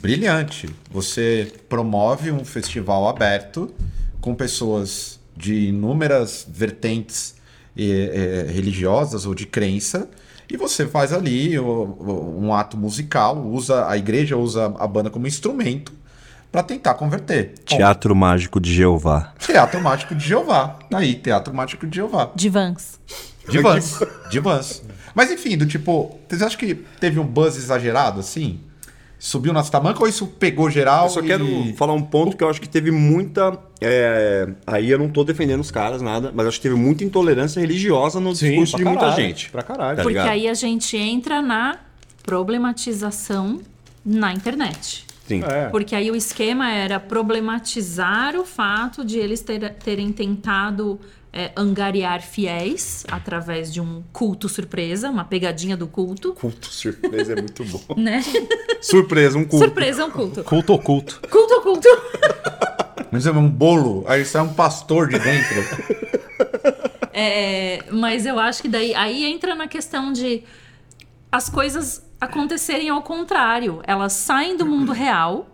Speaker 2: brilhante. Você promove um festival aberto com pessoas de inúmeras vertentes eh, eh, religiosas ou de crença e você faz ali o- o- um ato musical, usa a igreja usa a banda como instrumento para tentar converter. Bom,
Speaker 5: Teatro Mágico de Jeová.
Speaker 2: Teatro Mágico de Jeová. Tá Aí, Teatro Mágico de Jeová.
Speaker 4: Divans.
Speaker 2: Tá De Vans. De Vans. tipo- *laughs* Mas enfim, do tipo, vocês acham que teve um buzz exagerado assim? Subiu nas tamancas ou isso pegou geral?
Speaker 5: Eu só quero
Speaker 2: e-
Speaker 5: falar um ponto que eu acho que teve muita. é, aí eu não tô defendendo os caras, nada, mas acho que teve muita intolerância religiosa no discurso
Speaker 3: pra
Speaker 5: de muita
Speaker 3: caralho,
Speaker 5: gente.
Speaker 3: Pra caralho.
Speaker 5: Tá
Speaker 4: Porque
Speaker 5: ligado?
Speaker 4: aí a gente entra na problematização na internet.
Speaker 5: Sim.
Speaker 3: É.
Speaker 4: Porque aí o esquema era problematizar o fato de eles ter- terem tentado é, angariar fiéis através de um culto surpresa, uma pegadinha do culto,
Speaker 5: Culto surpresa é muito bom.
Speaker 4: né?
Speaker 5: surpresa, um culto.
Speaker 4: Surpresa é um culto.
Speaker 3: Culto oculto.
Speaker 4: Culto, é um culto.
Speaker 2: Mas é um bolo, aí sai um pastor de
Speaker 5: *laughs*
Speaker 2: dentro.
Speaker 4: É, mas eu acho que daí aí entra na questão de as coisas acontecerem ao contrário. Elas saem do mundo real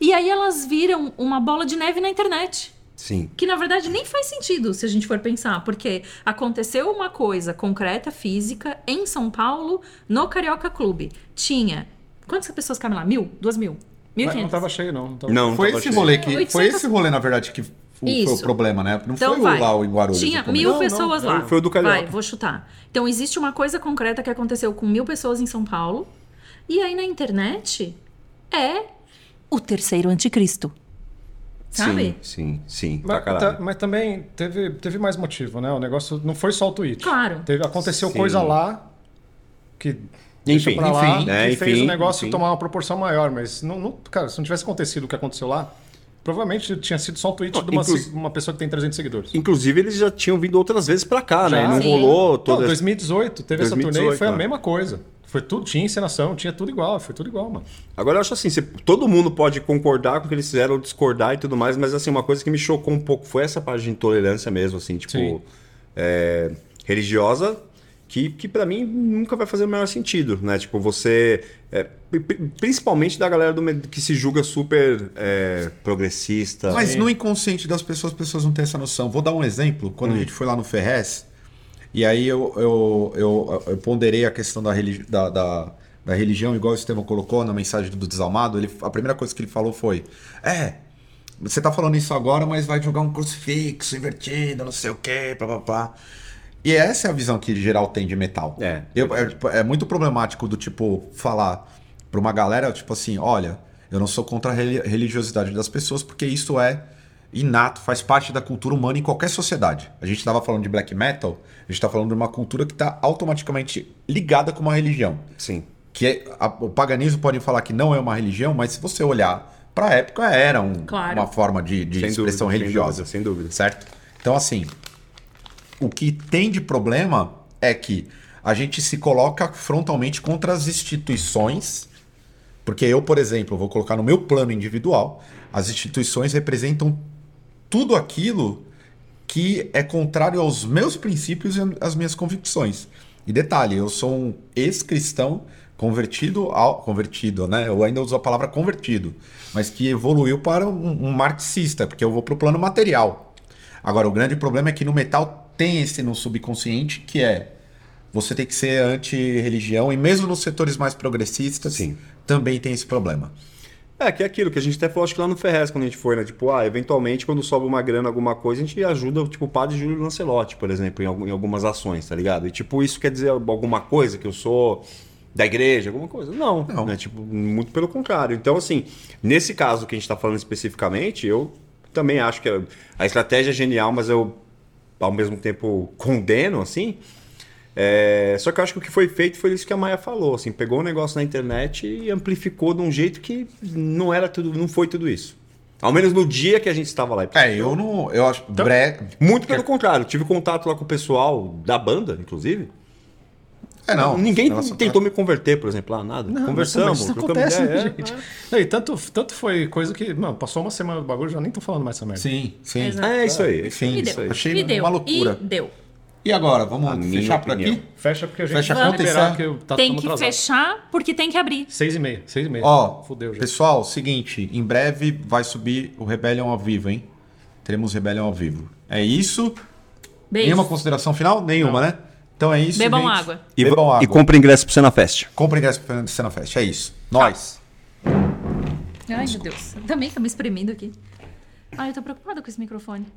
Speaker 4: e aí elas viram uma bola de neve na internet.
Speaker 5: Sim.
Speaker 4: Que na verdade nem faz sentido se a gente for pensar, porque aconteceu uma coisa concreta, física, em São Paulo, no Carioca Clube. Tinha. Quantas pessoas cabem lá? Mil? Duas mil? Mil e
Speaker 3: Mas não tava
Speaker 4: quinhentas?
Speaker 3: cheio, não. não tava-
Speaker 5: Não,
Speaker 2: foi
Speaker 5: tava
Speaker 2: esse
Speaker 5: cheio.
Speaker 2: rolê que. Foi
Speaker 4: 800
Speaker 2: esse rolê, na verdade, que f- foi o
Speaker 4: Isso.
Speaker 2: problema, né? Não
Speaker 4: Então
Speaker 2: foi
Speaker 4: vai.
Speaker 2: o lá o em Guarulhos.
Speaker 4: Tinha
Speaker 2: o começo.
Speaker 4: mil
Speaker 5: Não, não,
Speaker 4: pessoas
Speaker 5: foi-
Speaker 4: lá.
Speaker 5: foi o do Carioca.
Speaker 4: Vai, vou chutar. Então existe uma coisa concreta que aconteceu com mil pessoas em São Paulo. E aí na internet é o terceiro anticristo. Sabe?
Speaker 5: Sim, sim, sim. pra
Speaker 3: Mas,
Speaker 5: caralho.
Speaker 3: ta- mas também teve, teve mais motivo, né? O negócio não foi só o tweet.
Speaker 4: Claro.
Speaker 3: Teve, aconteceu
Speaker 5: Sim.
Speaker 3: coisa lá que deixa
Speaker 5: Enfim,
Speaker 3: pra lá,
Speaker 5: enfim, né?
Speaker 3: que fez
Speaker 5: Enfim,
Speaker 3: o negócio
Speaker 5: enfim.
Speaker 3: tomar uma proporção maior, mas não, não- cara, se não tivesse acontecido o que aconteceu lá, provavelmente tinha sido só um tweet
Speaker 5: Não,
Speaker 3: de uma,
Speaker 5: inclu-
Speaker 3: se- uma pessoa que tem 300 seguidores.
Speaker 5: Inclusive, eles já tinham vindo outras vezes pra cá, né?
Speaker 3: Já?
Speaker 5: Não
Speaker 4: Sim.
Speaker 5: rolou
Speaker 3: Não,
Speaker 5: toda essa...
Speaker 3: 2018 teve essa turnê
Speaker 5: 2018,
Speaker 3: e foi
Speaker 5: né?
Speaker 3: a mesma coisa. Foi tudo, tinha encenação, tinha tudo igual, foi tudo igual, mano.
Speaker 5: Agora, eu acho assim, você- todo mundo pode concordar com o que eles fizeram, discordar e tudo mais, mas assim, uma coisa que me chocou um pouco foi essa parte de intolerância mesmo, assim,
Speaker 3: Sim.
Speaker 5: tipo... é, religiosa, que, que para mim nunca vai fazer o menor sentido, né? Tipo, você... é, pri- pri- principalmente da galera do med- que se julga super é, progressista.
Speaker 2: Mas no inconsciente das pessoas, as pessoas não têm essa noção. Vou dar um exemplo. Quando a gente foi lá no Ferrez, e aí eu, eu, eu, eu ponderei a questão da, religi da, da, da religião, igual o Estevão colocou na mensagem do Desalmado, ele, a primeira coisa que ele falou foi: É, Você tá falando isso agora, mas vai jogar um crucifixo invertido, não sei o quê, blá blá blá. E essa é a visão que geral tem de metal.
Speaker 5: É.
Speaker 2: Eu- é, tipo, é muito problemático do tipo falar pra uma galera, tipo assim, olha, eu não sou contra a reli- religiosidade das pessoas, porque isso é inato, faz parte da cultura humana em qualquer sociedade. A gente tava falando de black metal, a gente tá falando de uma cultura que tá automaticamente ligada com uma religião
Speaker 5: Sim.
Speaker 2: que é- a- o paganismo podem falar que não é uma religião, mas se você olhar para a época era um-
Speaker 4: Claro.
Speaker 2: uma forma de, de
Speaker 5: Sem
Speaker 2: expressão
Speaker 5: dúvida, sem
Speaker 2: religiosa,
Speaker 5: dúvida, sem dúvida.
Speaker 2: certo? Então assim, o que tem de problema é que a gente se coloca frontalmente contra as instituições, porque eu, por exemplo, vou colocar no meu plano individual, as instituições representam tudo aquilo que é contrário aos meus princípios e às minhas convicções. E detalhe, eu sou um ex-cristão convertido ao convertido, né? Eu ainda uso a palavra convertido, mas que evoluiu para um, um marxista, porque eu vou para o plano material. Agora, o grande problema é que no metal tem esse no subconsciente que é você tem que ser anti-religião e mesmo nos setores mais progressistas
Speaker 5: Sim.
Speaker 2: também tem esse problema.
Speaker 5: É, que é aquilo que a gente até falou, acho que lá no Ferrez, quando a gente foi, né? Tipo, ah, eventualmente, quando sobe uma grana, alguma coisa, a gente ajuda, tipo, o padre Júlio Lancelotti, por exemplo, em, algu- em algumas ações, tá ligado? E, tipo, isso quer dizer alguma coisa que eu sou da igreja, alguma coisa? Não,
Speaker 2: Não.
Speaker 5: Né? Tipo, muito pelo contrário. Então, assim, nesse caso que a gente tá falando especificamente, eu também acho que a, a estratégia é genial, mas eu, ao mesmo tempo, condeno, assim, é, só que eu acho que o que foi feito foi isso que a Maia falou, assim, pegou um negócio na internet e amplificou de um jeito que não era tudo, não foi tudo isso. Ao menos no dia que a gente estava lá.
Speaker 2: É, eu não, eu acho
Speaker 5: Então-
Speaker 2: bre-
Speaker 5: Muito pelo contrário, tive contato lá com o pessoal da banda, inclusive.
Speaker 2: É não. tá-
Speaker 5: Ninguém
Speaker 2: Relação-
Speaker 5: tentou me converter, por exemplo, lá, nada.
Speaker 3: Não,
Speaker 5: Conversamos,
Speaker 3: mas isso
Speaker 5: trocamos
Speaker 3: acontece,
Speaker 2: *laughs*
Speaker 5: ideia,
Speaker 3: né,
Speaker 5: é,
Speaker 3: gente? Não, e tanto, tanto foi coisa que, mano, passou uma semana do bagulho, já nem tô falando mais essa merda.
Speaker 2: Sim, sim.
Speaker 4: Exato.
Speaker 5: É, é isso aí. é isso aí,
Speaker 2: Enfim,
Speaker 4: E
Speaker 5: isso aí.
Speaker 4: deu.
Speaker 2: Achei
Speaker 4: e
Speaker 2: uma
Speaker 4: deu.
Speaker 2: loucura.
Speaker 4: E deu.
Speaker 2: E agora, vamos
Speaker 5: A minha
Speaker 2: fechar por
Speaker 5: opinião.
Speaker 2: aqui?
Speaker 3: Fecha porque a gente
Speaker 2: Fecha a
Speaker 3: vai
Speaker 2: conta e
Speaker 3: liberar
Speaker 2: sai.
Speaker 3: que eu- tá
Speaker 4: tem
Speaker 3: tamo
Speaker 4: que
Speaker 3: atrasado.
Speaker 4: fechar porque tem que abrir.
Speaker 3: Seis e meia, seis e meia.
Speaker 2: Ó,
Speaker 3: Fudeu, gente.
Speaker 2: pessoal, seguinte, em breve vai subir o Rebellion ao vivo, hein? Teremos Rebellion ao vivo. É isso?
Speaker 4: Beijo.
Speaker 2: Nenhuma consideração final? Nenhuma, né? Então é isso,
Speaker 4: É Bebam
Speaker 2: gente.
Speaker 4: água.
Speaker 5: E,
Speaker 2: Bebam água.
Speaker 5: e Tá. compra ingresso pro Cena Fest.
Speaker 2: Compre ingresso para Cena Fest. É isso. Nós.
Speaker 4: Ai, meu Deus. Também tá me espremendo aqui. Ai, eu tô preocupada com esse microfone.